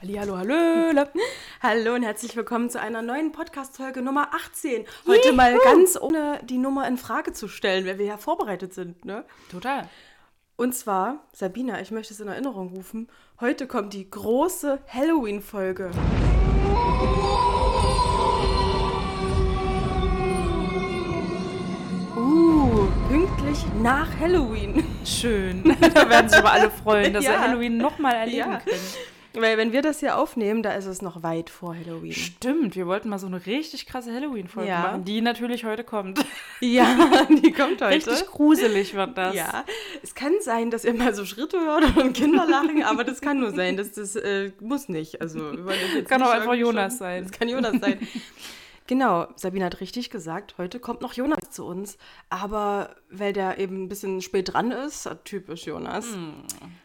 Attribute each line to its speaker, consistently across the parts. Speaker 1: Hallihallo, hallo, hallo und herzlich willkommen zu einer neuen Podcast-Folge Nummer 18. Heute mal ganz ohne die Nummer in Frage zu stellen, weil wir ja vorbereitet sind, ne?
Speaker 2: Total.
Speaker 1: Und zwar, Sabina, ich möchte es in Erinnerung rufen, heute kommt die große Halloween-Folge. Uh, pünktlich nach Halloween.
Speaker 2: Schön. da werden sich aber alle freuen, dass
Speaker 1: Ja.
Speaker 2: wir Halloween nochmal erleben
Speaker 1: Ja.
Speaker 2: können.
Speaker 1: Weil wenn wir das hier aufnehmen, da ist es noch weit vor Halloween.
Speaker 2: Stimmt, wir wollten mal so eine richtig krasse Halloween-Folge
Speaker 1: Ja.
Speaker 2: machen, die natürlich heute kommt.
Speaker 1: Ja, die kommt heute.
Speaker 2: Richtig gruselig wird das.
Speaker 1: Ja, es kann sein, dass ihr mal so Schritte hört und Kinder lachen, aber das kann nur sein. Das, das äh, muss nicht. Also, wir wollen das jetzt
Speaker 2: Kann auch
Speaker 1: nicht
Speaker 2: einfach
Speaker 1: irgendwie
Speaker 2: Jonas
Speaker 1: schon-
Speaker 2: sein.
Speaker 1: Es kann Jonas sein. Genau, Sabine hat richtig gesagt, heute kommt noch Jonas zu uns. Aber weil der eben ein bisschen spät dran ist, typisch Jonas,
Speaker 2: Hm.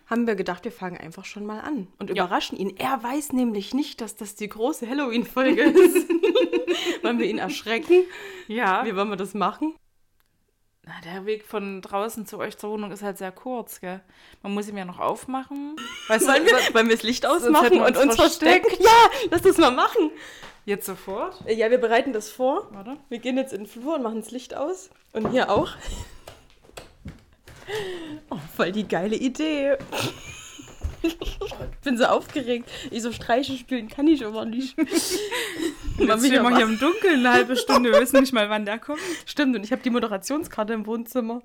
Speaker 1: haben wir gedacht, wir fangen einfach schon mal an und überraschen ihn. Er weiß nämlich nicht, dass das die große Halloween-Folge ist. wollen wir ihn erschrecken?
Speaker 2: ja.
Speaker 1: Wie wollen wir das machen?
Speaker 2: Na, der Weg von draußen zu euch zur Wohnung ist halt sehr kurz, gell? Man muss ihn ja noch aufmachen. Weißt
Speaker 1: Sollen
Speaker 2: so-
Speaker 1: wir, wollen wir das Licht
Speaker 2: hätten
Speaker 1: ausmachen
Speaker 2: wir
Speaker 1: und
Speaker 2: uns
Speaker 1: uns verstecken? Ja, lass das mal machen.
Speaker 2: Jetzt sofort?
Speaker 1: Äh, Ja, wir bereiten das vor.
Speaker 2: Warte.
Speaker 1: Wir gehen jetzt in den Flur und machen das Licht aus. Und hier auch. Oh, voll die geile Idee. Ich bin so aufgeregt. Ich so streichen spielen kann ich aber nicht. Mach
Speaker 2: Jetzt
Speaker 1: mich
Speaker 2: stehen wir
Speaker 1: aber-
Speaker 2: hier im Dunkeln eine halbe Stunde. Wir wissen nicht mal, wann der kommt.
Speaker 1: Stimmt, und ich habe die Moderationskarte im Wohnzimmer.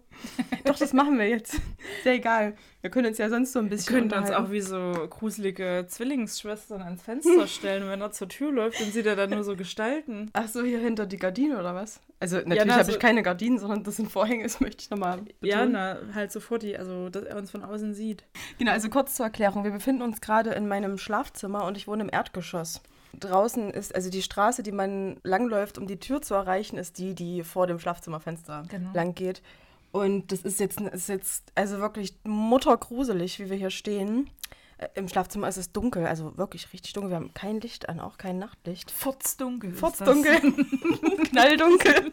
Speaker 1: Doch, das machen wir jetzt. Sehr egal. Wir können uns ja sonst so ein bisschen
Speaker 2: könnten uns auch
Speaker 1: unterhalten.
Speaker 2: wie so gruselige Zwillingsschwestern ans Fenster stellen. Und wenn er zur Tür läuft, dann sieht er dann nur so Gestalten.
Speaker 1: Ach so, hier hinter die Gardine oder was? Also natürlich
Speaker 2: na,
Speaker 1: habe
Speaker 2: so-
Speaker 1: ich keine Gardinen, sondern das sind Vorhänge, das möchte ich nochmal betonen.
Speaker 2: Ja, na, halt sofort die, also dass er uns von außen sieht.
Speaker 1: Genau, also kurz zur Erklärung. Wir befinden uns gerade in meinem Schlafzimmer und ich wohne im Erdgeschoss. Draußen ist, also die Straße, die man langläuft, um die Tür zu erreichen, ist die, die vor dem Schlafzimmerfenster
Speaker 2: Genau.
Speaker 1: lang geht. Und das ist jetzt, ist jetzt also wirklich muttergruselig, wie wir hier stehen. Äh, Im Schlafzimmer ist es dunkel, also wirklich richtig dunkel. Wir haben kein Licht an, auch kein Nachtlicht.
Speaker 2: Furzdunkel.
Speaker 1: Furzdunkel, knalldunkel.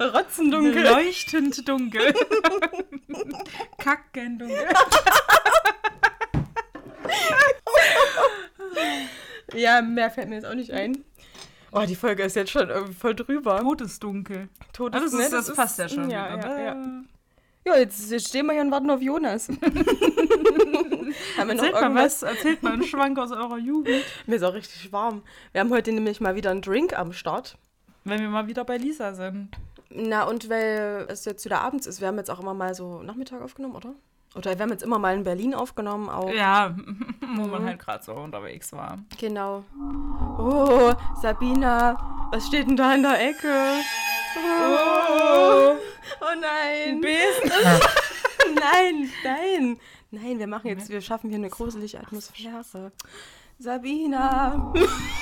Speaker 1: Rotzendunkel.
Speaker 2: Genau. Leuchtend dunkel. Kacken dunkel.
Speaker 1: Ja, mehr fällt mir jetzt auch nicht ein. Oh, die Folge ist jetzt schon irgendwie voll drüber.
Speaker 2: Totes Dunkel.
Speaker 1: Todes,
Speaker 2: Das,
Speaker 1: ne,
Speaker 2: ist, das, passt ja schon
Speaker 1: Ja,
Speaker 2: wieder. ne?
Speaker 1: ja, ja. ja jetzt, jetzt stehen wir hier und warten auf Jonas. haben wir noch
Speaker 2: Erzählt mal
Speaker 1: irgendwas?
Speaker 2: was, erzählt mal einen Schwank aus eurer Jugend.
Speaker 1: Mir ist auch richtig warm. Wir haben heute nämlich mal wieder einen Drink am Start.
Speaker 2: Wenn wir mal wieder bei Lisa sind.
Speaker 1: Na, und weil es jetzt wieder abends ist, wir haben jetzt auch immer mal so Nachmittag aufgenommen, oder? Oder wir haben jetzt immer mal in Berlin aufgenommen, auch.
Speaker 2: Ja, wo man halt gerade so unterwegs war.
Speaker 1: Genau. Oh, Sabina, was steht denn da in der Ecke? Oh, oh nein.
Speaker 2: Besen.
Speaker 1: Nein, nein, nein, wir machen jetzt, wir schaffen hier eine gruselige Atmosphäre. Sabina,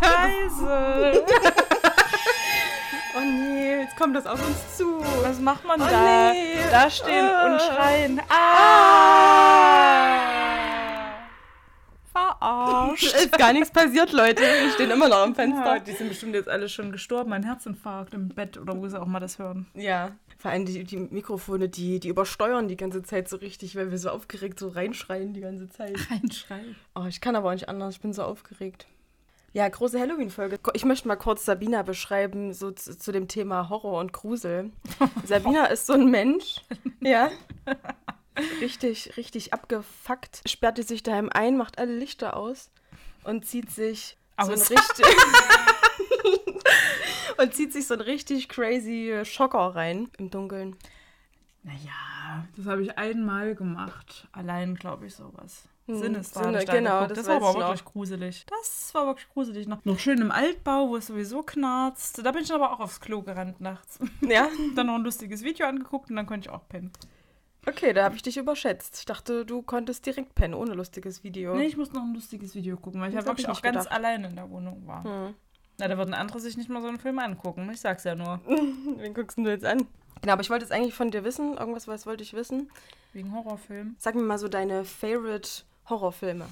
Speaker 2: Scheiße.
Speaker 1: oh nee, jetzt kommt das auf uns zu.
Speaker 2: Was macht man
Speaker 1: Oh
Speaker 2: da?
Speaker 1: nee.
Speaker 2: Da stehen
Speaker 1: Ah.
Speaker 2: und schreien. Ah! Verarscht.
Speaker 1: Ist gar nichts passiert, Leute. Wir stehen immer noch am Fenster.
Speaker 2: die sind bestimmt jetzt alle schon gestorben, ein Herzinfarkt im Bett oder wo sie auch mal das hören.
Speaker 1: Ja. Vor allem die, die Mikrofone, die, die übersteuern die ganze Zeit so richtig, weil wir so aufgeregt so reinschreien die ganze Zeit.
Speaker 2: Reinschreien.
Speaker 1: Oh, ich kann aber nicht anders, ich bin so aufgeregt. Ja, große Halloween-Folge. Ich möchte mal kurz Sabina beschreiben, so zu, zu dem Thema Horror und Grusel. Sabina ist so ein Mensch, ja. Richtig, richtig abgefuckt. Sperrt die sich daheim ein, macht alle Lichter aus und zieht sich so ein
Speaker 2: Aus.
Speaker 1: richtig. und zieht sich so einen richtig crazy Schocker rein im Dunkeln.
Speaker 2: Naja, das habe ich einmal gemacht. Allein, glaube ich, sowas.
Speaker 1: Hm,
Speaker 2: Sinister
Speaker 1: Sinne,
Speaker 2: habe ich da
Speaker 1: genau,
Speaker 2: geguckt.
Speaker 1: das
Speaker 2: das, war
Speaker 1: weiß
Speaker 2: aber
Speaker 1: ich
Speaker 2: wirklich gruselig. Das war wirklich gruselig. Noch, noch schön im Altbau, wo es sowieso knarzt. Da bin ich dann aber auch aufs Klo gerannt nachts.
Speaker 1: Ja,
Speaker 2: dann noch ein lustiges Video angeguckt und dann konnte ich auch pennen.
Speaker 1: okay, da habe ich dich überschätzt. Ich dachte, du konntest direkt pennen, ohne lustiges Video.
Speaker 2: Nee, ich muss noch ein lustiges Video gucken, weil ich ja
Speaker 1: Das hab ich
Speaker 2: wirklich auch
Speaker 1: nicht
Speaker 2: ganz
Speaker 1: gedacht.
Speaker 2: allein in der Wohnung war.
Speaker 1: Hm.
Speaker 2: Na, da würden andere sich nicht mal so einen Film angucken. ne? Ich sag's ja nur.
Speaker 1: Wen guckst du jetzt an? Genau, aber ich wollte jetzt eigentlich von dir wissen, irgendwas, was wollte ich wissen.
Speaker 2: Wegen Horrorfilm.
Speaker 1: Sag mir mal so deine Favorite Horrorfilme.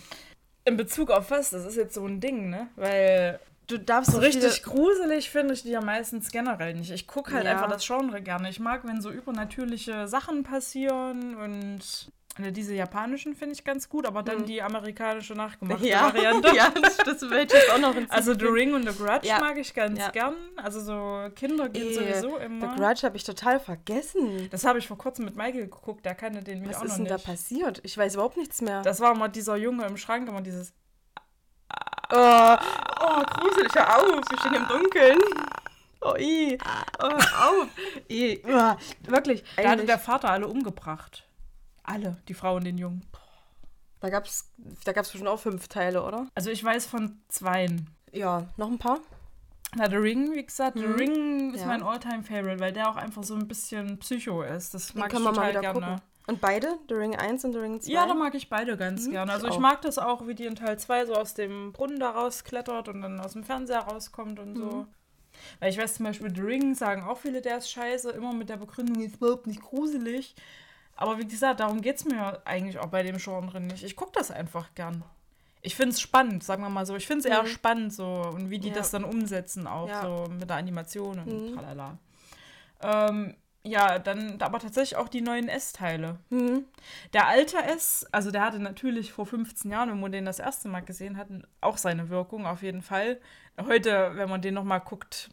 Speaker 2: In Bezug auf was? Das ist jetzt so ein Ding, ne? Weil
Speaker 1: Du darfst
Speaker 2: so
Speaker 1: so viele-
Speaker 2: richtig gruselig finde ich die ja meistens generell nicht. Ich gucke halt
Speaker 1: Ja.
Speaker 2: einfach das Genre gerne. Ich mag, wenn so übernatürliche Sachen passieren und Ja, diese japanischen finde ich ganz gut, aber dann die amerikanische nachgemachte
Speaker 1: Hm. Ja,
Speaker 2: Variante.
Speaker 1: ja das, das werde ich jetzt auch noch hinzufügen.
Speaker 2: Also The Ring und The Grudge
Speaker 1: Ja.
Speaker 2: mag ich ganz
Speaker 1: Ja.
Speaker 2: gern. Also so Kinder gehen
Speaker 1: Äh,
Speaker 2: sowieso
Speaker 1: The
Speaker 2: immer.
Speaker 1: Grudge habe ich total vergessen.
Speaker 2: Das habe ich vor kurzem mit Michael geguckt, der kannte den mich
Speaker 1: Was
Speaker 2: auch
Speaker 1: ist
Speaker 2: noch
Speaker 1: denn da
Speaker 2: nicht.
Speaker 1: passiert? Ich weiß überhaupt nichts mehr.
Speaker 2: das war immer dieser Junge im Schrank, immer dieses
Speaker 1: Oh, oh gruselig, hör auf, wir stehen im Dunkeln. Oh, i. Oh, auf. I. uah, Wirklich.
Speaker 2: Da hatte
Speaker 1: Eigentlich,
Speaker 2: der Vater alle umgebracht. Alle, die Frau und den Jungen.
Speaker 1: da gab es da gab's bestimmt auch fünf Teile, oder?
Speaker 2: Also ich weiß von zweien.
Speaker 1: Ja, noch ein paar?
Speaker 2: Na, The Ring, wie gesagt, The
Speaker 1: Mhm.
Speaker 2: Ring ist
Speaker 1: Ja.
Speaker 2: mein Alltime favorite weil der auch einfach so ein bisschen Psycho ist. Das
Speaker 1: Dann
Speaker 2: mag
Speaker 1: können
Speaker 2: ich
Speaker 1: wir mal
Speaker 2: total
Speaker 1: wieder
Speaker 2: gerne.
Speaker 1: gucken. Und beide? The Ring 1 und The Ring 2?
Speaker 2: Ja, da mag ich beide ganz
Speaker 1: Mhm,
Speaker 2: gerne.
Speaker 1: ich
Speaker 2: Also ich,
Speaker 1: auch.
Speaker 2: mag das auch, wie die in Teil 2 so aus dem Brunnen da rausklettert und dann aus dem Fernseher rauskommt und
Speaker 1: Mhm.
Speaker 2: so. Weil ich weiß zum Beispiel, The Ring sagen auch viele, der ist scheiße, immer mit der Begründung, ist überhaupt nicht gruselig. Aber wie gesagt, darum geht es mir eigentlich auch bei dem Genre nicht. Ich gucke das einfach gern. Ich finde es spannend, sagen wir mal so. Ich finde es eher
Speaker 1: Mhm.
Speaker 2: spannend so und wie die
Speaker 1: Ja.
Speaker 2: das dann umsetzen auch
Speaker 1: Ja.
Speaker 2: so mit der Animation und
Speaker 1: Mhm.
Speaker 2: tralala. Ähm, ja, dann aber tatsächlich auch die neuen S-Teile.
Speaker 1: Mhm.
Speaker 2: Der alte S, also der hatte natürlich vor 15 Jahren, wenn man den das erste Mal gesehen hat, auch seine Wirkung auf jeden Fall. Heute, wenn man den nochmal guckt,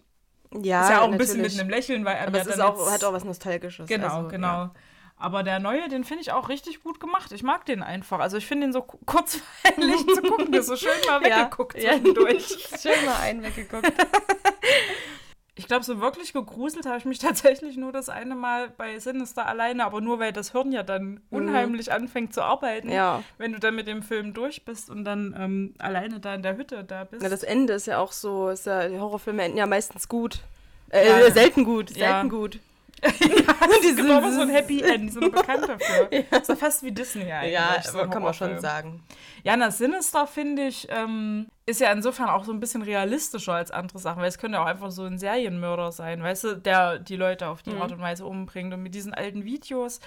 Speaker 1: Ja,
Speaker 2: ist ja auch ein
Speaker 1: natürlich.
Speaker 2: bisschen mit einem Lächeln, weil er
Speaker 1: Aber es ist auch, hat auch was Nostalgisches.
Speaker 2: genau,
Speaker 1: also,
Speaker 2: genau.
Speaker 1: Ja.
Speaker 2: Aber der neue, den finde ich auch richtig gut gemacht. Ich mag den einfach. Also ich finde den so ku- kurzweilig zu gucken. Der ist so schön mal
Speaker 1: Ja,
Speaker 2: weggeguckt
Speaker 1: ja.
Speaker 2: zwischendurch.
Speaker 1: Schön mal einen weggeguckt.
Speaker 2: Ich glaube, so wirklich gegruselt habe ich mich tatsächlich nur das eine Mal bei Sinister alleine, aber nur weil das Hirn ja dann unheimlich anfängt zu arbeiten.
Speaker 1: Ja.
Speaker 2: Wenn du dann mit dem Film durch bist und dann ähm, alleine da in der Hütte da bist.
Speaker 1: Na, das Ende ist ja auch so, ist ja, die Horrorfilme enden ja meistens gut. Äh,
Speaker 2: Ja.
Speaker 1: selten gut, selten
Speaker 2: Ja.
Speaker 1: gut.
Speaker 2: das ist
Speaker 1: dieses-
Speaker 2: genau so ein Happy End, die sind bekannt dafür. Ist ja fast wie Disney eigentlich. so ein Horrorfilm.
Speaker 1: sagen.
Speaker 2: Ja, na, Sinister, finde ich, ähm, ist ja insofern auch so ein bisschen realistischer als andere Sachen, weil es könnte ja auch einfach so ein Serienmörder sein, weißt du, der die Leute auf die
Speaker 1: Mhm.
Speaker 2: Art und Weise umbringt. Und mit diesen alten Videos,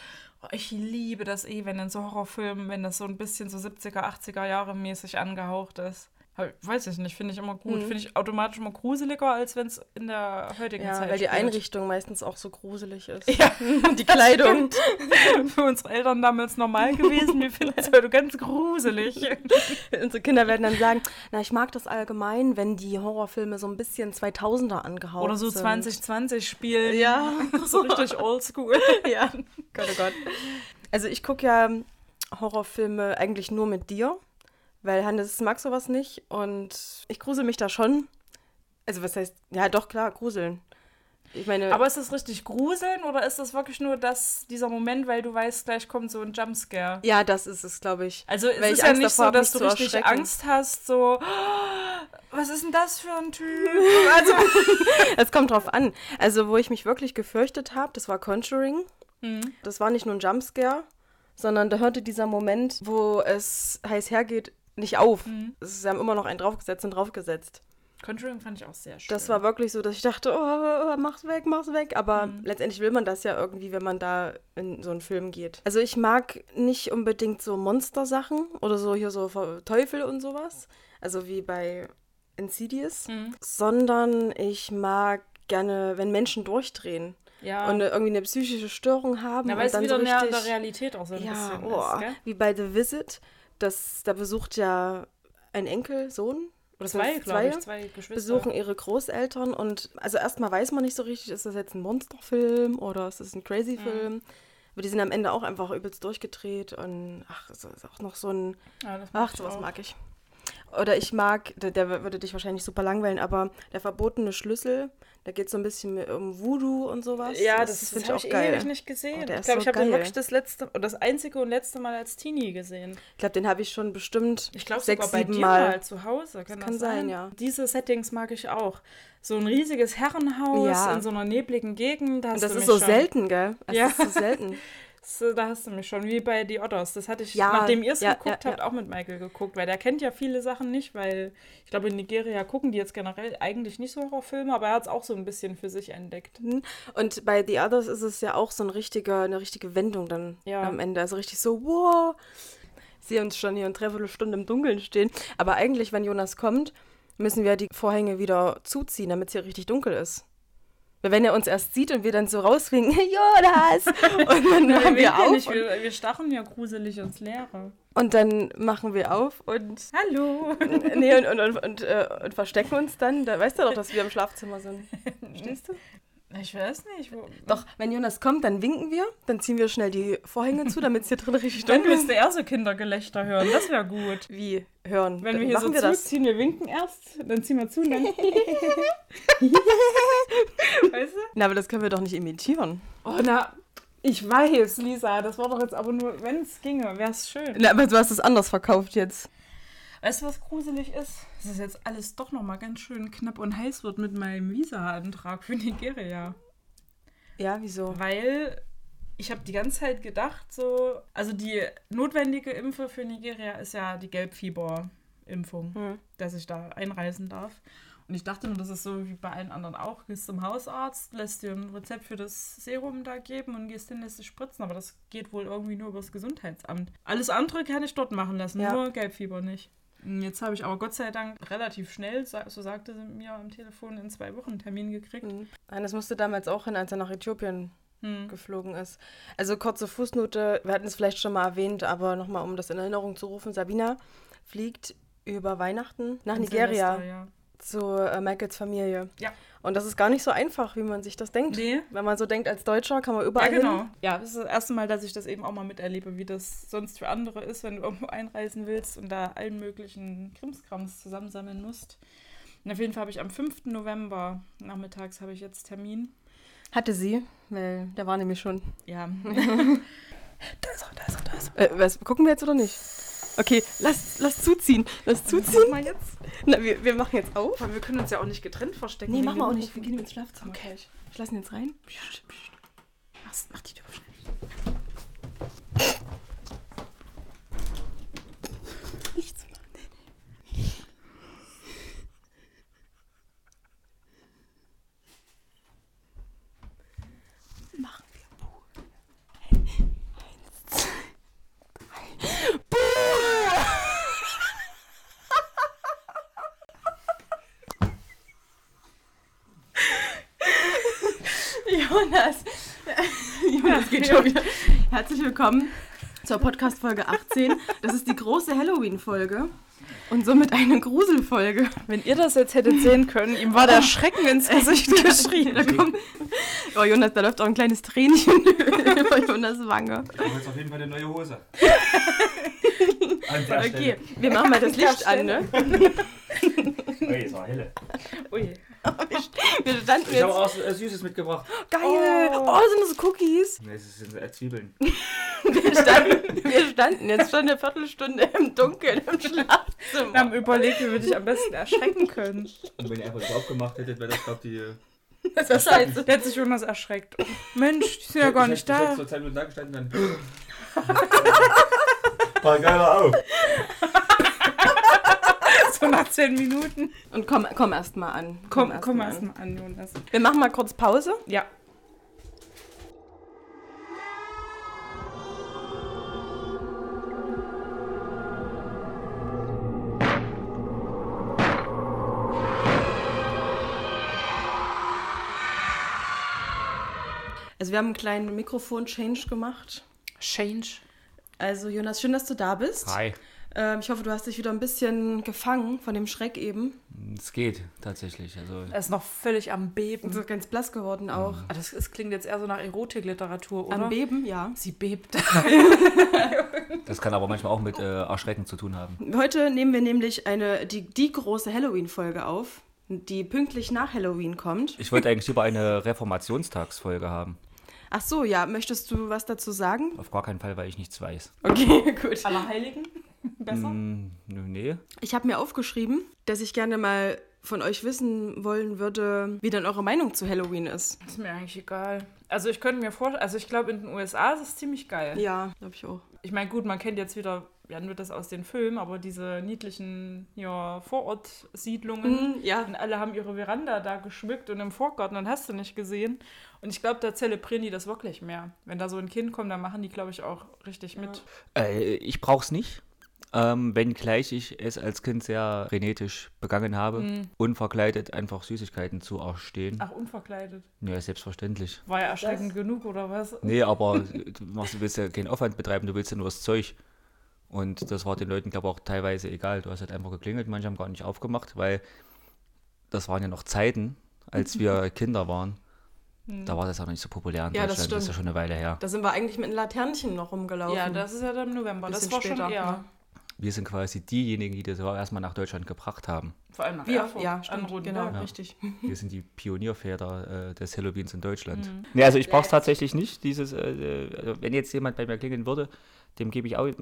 Speaker 2: oh, ich liebe das eh, wenn in so Horrorfilmen, wenn das so ein bisschen so 70er, 80er Jahre mäßig angehaucht ist. Hab- Weiß ich nicht, finde ich immer gut.
Speaker 1: Mhm.
Speaker 2: Finde ich automatisch immer gruseliger, als wenn es in der heutigen
Speaker 1: Ja,
Speaker 2: Zeit
Speaker 1: weil die
Speaker 2: halt spielt.
Speaker 1: Einrichtung meistens auch so gruselig ist.
Speaker 2: Ja,
Speaker 1: Die Kleidung.
Speaker 2: für unsere Eltern damals normal gewesen. Wir finden es heute ganz gruselig.
Speaker 1: Unsere Kinder werden dann sagen, na, ich mag das allgemein, wenn die Horrorfilme so ein bisschen 2000er angehaucht
Speaker 2: Oder so
Speaker 1: sind.
Speaker 2: 2020 spielen.
Speaker 1: Ja.
Speaker 2: So richtig oldschool.
Speaker 1: ja. Gott, oh Gott. Also ich gucke ja Horrorfilme eigentlich nur mit dir, weil Hannes mag sowas nicht und ich grusel mich da schon. Also was heißt, ja doch, klar, gruseln. Ich meine,
Speaker 2: Aber ist das richtig gruseln oder ist das wirklich nur das, dieser Moment, weil du weißt, gleich kommt so ein Jumpscare?
Speaker 1: ja, das ist es, glaube ich.
Speaker 2: Also es
Speaker 1: Weil
Speaker 2: ist
Speaker 1: ich
Speaker 2: ja
Speaker 1: Angst
Speaker 2: nicht
Speaker 1: davor
Speaker 2: so,
Speaker 1: hab, mich
Speaker 2: dass du
Speaker 1: zu
Speaker 2: richtig
Speaker 1: erschrecken.
Speaker 2: Angst hast, so, "Oh, was ist denn das für ein Typ?
Speaker 1: Also, Es kommt drauf an. Also, wo ich mich wirklich gefürchtet habe, das war Conjuring.
Speaker 2: Mhm.
Speaker 1: Das war nicht nur ein Jumpscare, sondern da hörte dieser Moment, wo es heiß hergeht, nicht auf. Es- Sie haben immer noch einen draufgesetzt und draufgesetzt.
Speaker 2: Conjuring fand ich auch sehr schön.
Speaker 1: Das war wirklich so, dass ich dachte, oh, oh, mach's weg, mach's weg. Aber
Speaker 2: Mhm.
Speaker 1: letztendlich will man das ja irgendwie, wenn man da in so einen Film geht. Also ich mag nicht unbedingt so Monstersachen oder so hier so Ver- Teufel und sowas. Also wie bei Insidious.
Speaker 2: Mhm.
Speaker 1: Sondern ich mag gerne, wenn Menschen durchdrehen
Speaker 2: ja.
Speaker 1: und irgendwie eine psychische Störung haben.
Speaker 2: Na, weil
Speaker 1: und
Speaker 2: es
Speaker 1: dann
Speaker 2: wieder
Speaker 1: so
Speaker 2: näher an
Speaker 1: richtig,
Speaker 2: der Realität auch so ein
Speaker 1: ja,
Speaker 2: bisschen
Speaker 1: oh,
Speaker 2: ist, gell?
Speaker 1: wie bei The Visit. Das, da besucht ja ein Enkel, Sohn. Oder
Speaker 2: Zwei,
Speaker 1: sind es
Speaker 2: glaube ich, zwei Geschwister.
Speaker 1: besuchen ihre Großeltern und also erstmal weiß man nicht so richtig, ist das jetzt ein Monsterfilm oder ist das ein Crazy-Film. Aber die sind am Ende auch einfach übelst durchgedreht und ach, es ist auch noch so ein,
Speaker 2: Ja, das mag
Speaker 1: ach,
Speaker 2: ich
Speaker 1: sowas
Speaker 2: auch.
Speaker 1: mag ich. Oder ich mag, der, der würde dich wahrscheinlich super langweilen, aber der verbotene Schlüssel, da geht es so ein bisschen um Voodoo und sowas.
Speaker 2: Ja, das, das
Speaker 1: finde
Speaker 2: habe ich ewig nicht gesehen.
Speaker 1: Oh, der
Speaker 2: ich
Speaker 1: ist
Speaker 2: glaube,
Speaker 1: so
Speaker 2: ich habe den
Speaker 1: geil.
Speaker 2: wirklich das letzte, das einzige und letzte Mal als Teenie gesehen.
Speaker 1: Ich glaube, den habe ich schon bestimmt
Speaker 2: Ich glaube
Speaker 1: sechs,
Speaker 2: sogar bei
Speaker 1: sieben
Speaker 2: dir
Speaker 1: Mal.
Speaker 2: mal zu Hause. Kann das
Speaker 1: kann sein, ja.
Speaker 2: Diese Settings mag ich auch. So ein riesiges Herrenhaus
Speaker 1: Ja.
Speaker 2: in so einer nebligen Gegend. Da hast
Speaker 1: Und das
Speaker 2: du
Speaker 1: ist
Speaker 2: mich
Speaker 1: so
Speaker 2: schon,
Speaker 1: selten, gell? Das
Speaker 2: Ja.
Speaker 1: ist so selten.
Speaker 2: So, da hast du mich schon, wie bei The Otters. Das hatte ich,
Speaker 1: Ja,
Speaker 2: nachdem ihr es
Speaker 1: ja,
Speaker 2: geguckt
Speaker 1: ja,
Speaker 2: habt, auch mit Michael geguckt, weil der kennt ja viele Sachen nicht, weil ich glaube, in Nigeria gucken die jetzt generell eigentlich nicht so Horrorfilme, aber er hat es auch so ein bisschen für sich entdeckt.
Speaker 1: Mhm. Und bei The Others ist es ja auch so ein richtiger, eine richtige Wendung dann
Speaker 2: Ja.
Speaker 1: am Ende. Also richtig so, wow, ich sehe uns schon hier eine Dreiviertelstunde im Dunkeln stehen. Aber eigentlich, wenn Jonas kommt, müssen wir die Vorhänge wieder zuziehen, damit es hier richtig dunkel ist. Weil wenn er uns erst sieht und wir dann so rauswinken, Jonas! Und dann machen wir auf.
Speaker 2: Nicht,
Speaker 1: und,
Speaker 2: Äh, wir, wir stachen ja gruselig ins Leere.
Speaker 1: und dann machen wir auf und.
Speaker 2: Hallo.
Speaker 1: Nee, und, und, und, und, äh, und verstecken uns dann. Da weißt du doch, dass wir im Schlafzimmer sind. Verstehst du?
Speaker 2: Ich weiß nicht. Wo,
Speaker 1: Doch, wenn Jonas kommt, dann winken wir, dann ziehen wir schnell die Vorhänge zu, damit es hier drin richtig
Speaker 2: dann
Speaker 1: dunkel ist.
Speaker 2: müsste er so Kindergelächter hören. Das wäre gut.
Speaker 1: Wie? Hören.
Speaker 2: Wenn
Speaker 1: Dann
Speaker 2: Äh, wir hier
Speaker 1: machen
Speaker 2: so
Speaker 1: wir das.
Speaker 2: zuziehen, wir winken erst, dann ziehen wir zu und dann. weißt du?
Speaker 1: Na, aber das können wir doch nicht imitieren.
Speaker 2: Oh, na, ich weiß, Lisa, das war doch jetzt aber nur, wenn es ginge, wäre es schön.
Speaker 1: Na, aber du hast es anders verkauft jetzt.
Speaker 2: Weißt du, was gruselig ist? Dass es jetzt alles doch nochmal ganz schön knapp und heiß wird mit meinem Visa-Antrag für Nigeria.
Speaker 1: Ja, wieso?
Speaker 2: Weil ich habe die ganze Zeit gedacht, so, also die notwendige Impfe für Nigeria ist ja die Gelbfieber-Impfung,
Speaker 1: Hm.
Speaker 2: dass ich da einreisen darf. Und ich dachte nur, das ist so wie bei allen anderen auch. Gehst zum Hausarzt, lässt dir ein Rezept für das Serum da geben und gehst hin, lässt dich spritzen. Aber das geht wohl irgendwie nur über das Gesundheitsamt. Alles andere kann ich dort machen lassen,
Speaker 1: Ja.
Speaker 2: nur Gelbfieber nicht. Jetzt habe ich aber Gott sei Dank relativ schnell, sa- so sagte sie mir am Telefon, in zwei Wochen einen Termin gekriegt.
Speaker 1: Mhm. Nein, das musste damals auch hin, als er nach Äthiopien
Speaker 2: Hm.
Speaker 1: geflogen ist. Also kurze Fußnote, wir hatten es vielleicht schon mal erwähnt, aber nochmal, um das in Erinnerung zu rufen, Sabina fliegt über Weihnachten nach
Speaker 2: In
Speaker 1: Nigeria
Speaker 2: Silvester, ja.
Speaker 1: zu äh, Michaels Familie.
Speaker 2: Ja.
Speaker 1: Und das ist gar nicht so einfach, wie man sich das denkt.
Speaker 2: Nee.
Speaker 1: Wenn man so denkt, als Deutscher kann man überall hin.
Speaker 2: Ja, das ist das erste Mal, dass ich das eben auch mal miterlebe, wie das sonst für andere ist, wenn du irgendwo einreisen willst und da allen möglichen Krimskrams zusammensammeln musst. Und auf jeden Fall habe ich am 5. November nachmittags habe ich jetzt Termin.
Speaker 1: Hatte sie, weil der war nämlich schon.
Speaker 2: Ja. das und das und das.
Speaker 1: Äh, was, gucken wir jetzt oder nicht? Okay, lass, lass zuziehen. Lass zuziehen. Mal jetzt. Na, wir, wir machen jetzt auf.
Speaker 2: Aber wir können uns ja auch nicht getrennt verstecken.
Speaker 1: Nee,
Speaker 2: wenn
Speaker 1: machen wir auch nicht. Wir gehen
Speaker 2: rumrufen.
Speaker 1: ins Schlafzimmer. Okay. Ich lasse ihn jetzt rein.
Speaker 2: Mach, mach die Tür auf schnell.
Speaker 1: Nichts machen. Machen wir Buh. Eins, zwei. Buh! Jonas, Jonas geht schon wieder. Herzlich willkommen zur Podcast-Folge 18. Das ist die große Halloween-Folge und somit eine Gruselfolge. Äh,
Speaker 2: Wenn ihr das jetzt hättet sehen können, ihm war der Ah, Schrecken ins Gesicht geschrien.
Speaker 1: Da kommt- Oh, Jonas, da läuft auch ein kleines Tränchen über Jonas Wange.
Speaker 3: Ich brauche jetzt auf jeden Fall eine neue Hose. An der
Speaker 1: Okay,
Speaker 3: Stelle.
Speaker 1: wir machen mal das Licht an, ne?
Speaker 3: Ui, ist war helle.
Speaker 2: Ui.
Speaker 1: Wir standen
Speaker 3: Ich habe
Speaker 1: jetzt.
Speaker 3: auch was, äh, Süßes mitgebracht.
Speaker 1: Geil! Oh, sind das Cookies?
Speaker 3: Ne, es sind äh, Zwiebeln.
Speaker 1: Wir standen, wir standen jetzt schon eine Viertelstunde im Dunkeln im
Speaker 2: Wir
Speaker 1: Schlafzimmer.
Speaker 2: haben überlegt, wie wir dich am besten erschrecken können.
Speaker 3: Und wenn ihr einfach drauf gemacht hättet, wäre das, glaube die. äh,
Speaker 1: Das war scheiße.
Speaker 2: Der hat sich Jonas erschreckt. Oh, Mensch, die sind ja gar
Speaker 3: ich
Speaker 2: nicht
Speaker 3: hätte- Ich
Speaker 2: da.
Speaker 3: hätte so 10 Minuten da gestanden und dann. Pass geiler auf.
Speaker 2: So nach zehn Minuten.
Speaker 1: Und komm, komm erst mal an.
Speaker 2: Komm,
Speaker 1: erst
Speaker 2: komm
Speaker 1: mal
Speaker 2: erst mal an, Jonas.
Speaker 1: an. Wir machen mal kurz Pause.
Speaker 2: Ja.
Speaker 1: Also wir haben einen kleinen Mikrofon-Change gemacht.
Speaker 4: Change.
Speaker 1: Also Jonas, schön, dass du da bist.
Speaker 5: Hi.
Speaker 1: Ähm, ich hoffe, du hast dich wieder ein bisschen gefangen von dem Schreck eben.
Speaker 5: Es geht tatsächlich. Also
Speaker 4: Er ist noch völlig am
Speaker 1: Und
Speaker 4: Beben.
Speaker 1: so ganz blass geworden auch.
Speaker 2: Mhm.
Speaker 4: Ah, Das, das klingt jetzt eher so nach Erotikliteratur,
Speaker 1: Am
Speaker 4: oder?
Speaker 1: Beben, ja.
Speaker 4: Sie bebt.
Speaker 5: das kann aber manchmal auch mit äh, Erschrecken zu tun haben.
Speaker 1: Heute nehmen wir nämlich eine, die, die große Halloween-Folge auf, die pünktlich nach Halloween kommt.
Speaker 5: Ich wollte eigentlich lieber eine Reformationstagsfolge haben.
Speaker 1: Ach so, ja, möchtest du was dazu sagen?
Speaker 5: Auf gar keinen Fall, weil ich nichts weiß.
Speaker 1: Okay, gut.
Speaker 2: Allerheiligen? Besser?
Speaker 4: Mhm.
Speaker 5: Hm, nee.
Speaker 1: Ich habe mir aufgeschrieben, dass ich gerne mal von euch wissen wollen würde, wie denn eure Meinung zu Halloween ist.
Speaker 2: Ist mir eigentlich egal. Also ich könnte mir vorstellen, also ich glaube in den USA ist es ziemlich geil.
Speaker 1: Ja, glaube ich auch.
Speaker 2: Ich meine, gut, man kennt jetzt wieder, ja nur das aus den Filmen, aber diese niedlichen ja,
Speaker 1: Mhm,
Speaker 2: Vorortsiedlungen.
Speaker 1: ja.
Speaker 2: Und alle haben ihre Veranda da geschmückt und im Vorgarten, dann hast du nicht gesehen. Und ich glaube, da zelebrieren die das wirklich mehr. Wenn da so ein Kind kommt, dann machen die, glaube ich, auch richtig mit.
Speaker 5: Äh, ich brauch's nicht. Ähm, wenngleich ich es als Kind sehr frenetisch begangen habe, unverkleidet einfach Süßigkeiten zu erstehen.
Speaker 2: Ach, unverkleidet.
Speaker 5: Ja, selbstverständlich.
Speaker 2: War ja erschreckend genug, oder was?
Speaker 5: Nee, aber du machst- du willst ja keinen Aufwand betreiben, du willst ja nur das Zeug. Und das war den Leuten, glaube ich, auch teilweise egal. Du hast halt einfach geklingelt, manche haben gar nicht aufgemacht, weil das waren ja noch Zeiten, als wir Kinder waren. Da war das auch noch nicht so populär in
Speaker 1: Hm. Ja, das
Speaker 5: Deutschland. Das ist ja
Speaker 1: stimmt.
Speaker 5: schon eine Weile her.
Speaker 1: Da sind wir eigentlich mit einem Laternchen noch rumgelaufen.
Speaker 4: Ja, das ist ja dann im November. Das
Speaker 1: Bisschen
Speaker 4: war
Speaker 1: später, ne?
Speaker 4: schon eher.
Speaker 1: ja.
Speaker 5: Wir sind quasi diejenigen, die das überhaupt erstmal nach Deutschland gebracht haben.
Speaker 4: Vor allem nach
Speaker 1: Wir,
Speaker 4: Erfurt.
Speaker 1: ja, stimmt,
Speaker 4: Roten
Speaker 1: genau,
Speaker 2: ne?
Speaker 4: Berg.
Speaker 1: richtig.
Speaker 5: Wir sind die Pionierväter äh, des Halloweens in Deutschland.
Speaker 1: Mhm.
Speaker 5: Nee, also ich brauche es tatsächlich nicht. Dieses, äh, äh, also wenn jetzt jemand bei mir klingeln würde, dem gebe ich auch äh,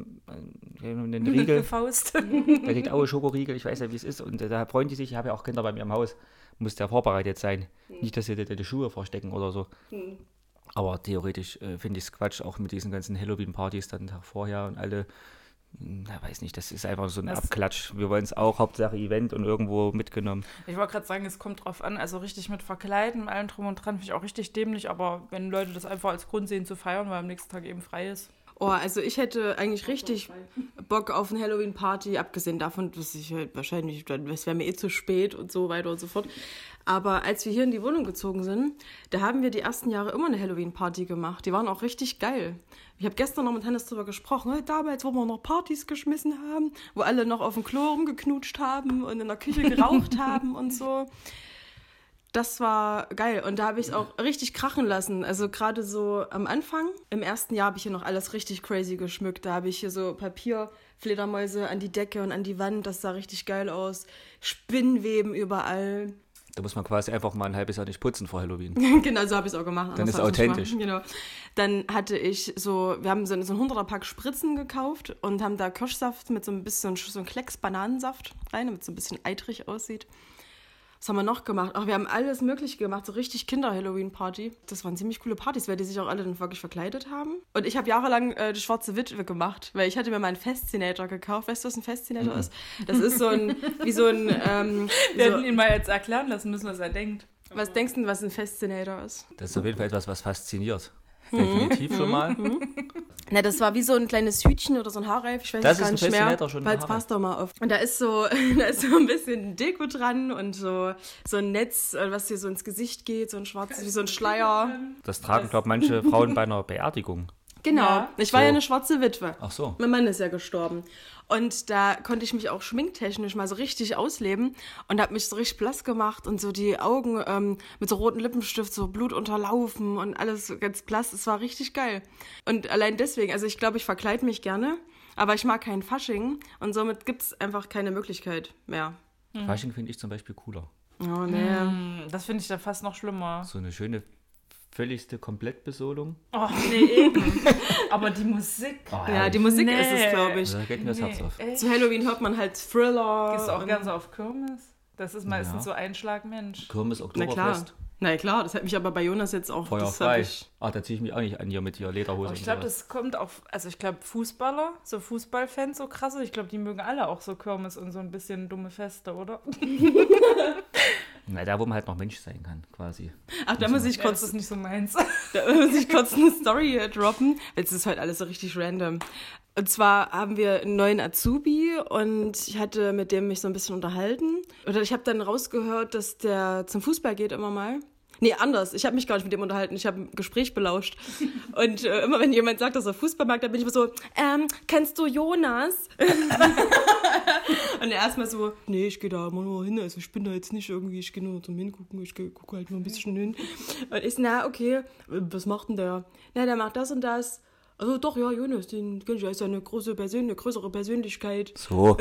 Speaker 5: einen Riegel.
Speaker 4: Faust.
Speaker 5: Da liegt auch ein Schokoriegel, ich weiß ja, wie es ist. Und äh, da freuen die sich, ich habe ja auch Kinder bei mir im Haus. Muss der vorbereitet sein. Nicht, dass sie die, die Schuhe verstecken oder so. Aber theoretisch äh, finde ich es Quatsch, auch mit diesen ganzen Halloween-Partys dann den Tag vorher und alle. Hm, Na, weiß nicht, das ist einfach so ein Abklatsch. Wir wollen es auch, Hauptsache Event und irgendwo mitgenommen.
Speaker 2: Ich wollte gerade sagen, es kommt drauf an. Also richtig mit Verkleiden, mit allem drum und dran, finde ich auch richtig dämlich. Aber wenn Leute das einfach als Grund sehen zu feiern, weil am nächsten Tag eben frei ist.
Speaker 1: Oh, also ich hätte eigentlich richtig Bock auf eine Halloween-Party, abgesehen davon, dass ich halt wahrscheinlich, dann- es wäre mir eh zu spät und so weiter und so fort. Aber als wir hier in die Wohnung gezogen sind, da haben wir die ersten Jahre immer eine Halloween-Party gemacht. Die waren auch richtig geil. Ich habe gestern noch mit Hannes drüber gesprochen, ne, damals, wo wir noch Partys geschmissen haben, wo alle noch auf dem Klo rumgeknutscht haben und in der Küche geraucht haben und so. Das war geil und da habe ich es auch richtig krachen lassen. Also gerade so am Anfang, im ersten Jahr habe ich hier noch alles richtig crazy geschmückt. Da habe ich hier so Papierfledermäuse an die Decke und an die Wand, das sah richtig geil aus. Spinnweben überall.
Speaker 5: Da muss man quasi einfach mal ein halbes Jahr nicht putzen vor Halloween.
Speaker 1: genau, so habe ich es auch gemacht.
Speaker 5: Dann
Speaker 1: anders
Speaker 5: ist
Speaker 1: hab ich's nicht
Speaker 5: authentisch.
Speaker 1: gemacht. Genau. Dann hatte ich so, wir haben so, so ein 100er-Pack Spritzen gekauft und haben da Kirschsaft mit so ein bisschen, so ein Klecks Bananensaft rein, damit es so ein bisschen eitrig aussieht. Was haben wir noch gemacht? Ach, wir haben alles Mögliche gemacht, so richtig Kinder-Halloween-Party. Das waren ziemlich coole Partys, weil die sich auch alle dann wirklich verkleidet haben. Und ich habe jahrelang äh, die schwarze Witwe gemacht, weil ich hatte mir mal einen Fascinator gekauft. Weißt du, was ein
Speaker 5: Mhm.
Speaker 1: Fascinator ist? Das ist so ein, wie so ein, ähm,
Speaker 2: Wir
Speaker 1: so,
Speaker 2: hätten ihn mal jetzt erklären lassen müssen, was er denkt.
Speaker 1: was denkst du, denn, was ein Fascinator ist?
Speaker 5: Das ist auf jeden Fall etwas, was fasziniert. Definitiv schon mal.
Speaker 1: Na, das war wie so ein kleines Hütchen oder so ein Haarreif, ich weiß
Speaker 5: Das
Speaker 1: es gar
Speaker 5: ist ein
Speaker 1: nicht
Speaker 5: bisschen
Speaker 1: mehr.
Speaker 5: netter, schon ein
Speaker 1: weil es
Speaker 5: Haarreif.
Speaker 1: passt doch mal auf. Und da ist so, da ist so ein bisschen Deko dran und so, so ein Netz, äh, was dir so ins Gesicht geht, so ein schwarzes, wie so ein Schleier.
Speaker 5: Das tragen, glaube ich, manche Frauen bei einer Beerdigung.
Speaker 1: Genau.
Speaker 2: Ja.
Speaker 1: Ich war
Speaker 5: So.
Speaker 1: ja eine schwarze Witwe.
Speaker 5: Ach so.
Speaker 1: Mein Mann ist ja gestorben. Und da konnte ich mich auch schminktechnisch mal so richtig ausleben und habe mich so richtig blass gemacht und so die Augen ähm, mit so roten Lippenstift so Blut unterlaufen und alles so ganz blass. Es war richtig geil. Und allein deswegen, also ich glaube, ich verkleide mich gerne, aber ich mag keinen Fasching und somit gibt's einfach keine Möglichkeit mehr.
Speaker 5: Fasching finde ich zum Beispiel cooler.
Speaker 1: Oh nee.
Speaker 2: Hm, Das finde ich dann fast noch schlimmer.
Speaker 5: So eine schöne, völligste Komplettbesolung.
Speaker 2: Oh, nee, eben. Aber die Musik.
Speaker 1: Ja, die Musik
Speaker 2: Nee.
Speaker 1: ist es, glaube ich.
Speaker 5: Da geht mir das Herz Oh, auf.
Speaker 2: echt.
Speaker 1: Zu Halloween hört man halt Thriller.
Speaker 2: Gehst du auch
Speaker 1: und-
Speaker 2: gerne so auf Kirmes? Das ist meistens so
Speaker 5: Ja.
Speaker 2: ein Schlag Mensch.
Speaker 5: Kirmes
Speaker 1: Na klar.
Speaker 5: Oktoberfest.
Speaker 1: Na klar, das hat mich aber bei Jonas jetzt auch.
Speaker 5: Feuer
Speaker 1: das hab
Speaker 5: frei.
Speaker 1: ich-
Speaker 5: Ach, da ziehe ich mich auch nicht an hier mit hier Lederhose.
Speaker 2: Aber ich
Speaker 5: und
Speaker 2: glaube,
Speaker 5: sowas.
Speaker 2: das kommt auf, also ich glaube, Fußballer, so Fußballfans, so krasse, ich glaube, die mögen alle auch so Kirmes und so ein bisschen dumme Feste, oder?
Speaker 5: Na, da, wo man halt noch Mensch sein kann, quasi.
Speaker 1: Ach, da muss ich
Speaker 2: Ja, das
Speaker 1: kurz
Speaker 2: ist nicht so meins.
Speaker 1: Da muss ich kurz eine Story äh, droppen. Jetzt ist heute alles so richtig random. Und zwar haben wir einen neuen Azubi und ich hatte mit dem mich so ein bisschen unterhalten. Oder ich habe dann rausgehört, dass der zum Fußball geht immer mal. Nee, anders. Ich habe mich gar nicht mit dem unterhalten. Ich habe ein Gespräch belauscht. Und äh, immer wenn jemand sagt, dass er Fußball mag, dann bin ich immer so, ähm, kennst du Jonas? und er erstmal so, nee, ich gehe da immer nur hin. Also ich bin da jetzt nicht irgendwie, ich gehe nur zum Hingucken, ich gucke halt nur ein bisschen hin. Und ich, so, na, okay, was macht denn der? Na, der macht das und das. Also doch, ja, Jonas, den kenn ich, der ist ja eine große Persönlichkeit, eine größere Persönlichkeit.
Speaker 5: So.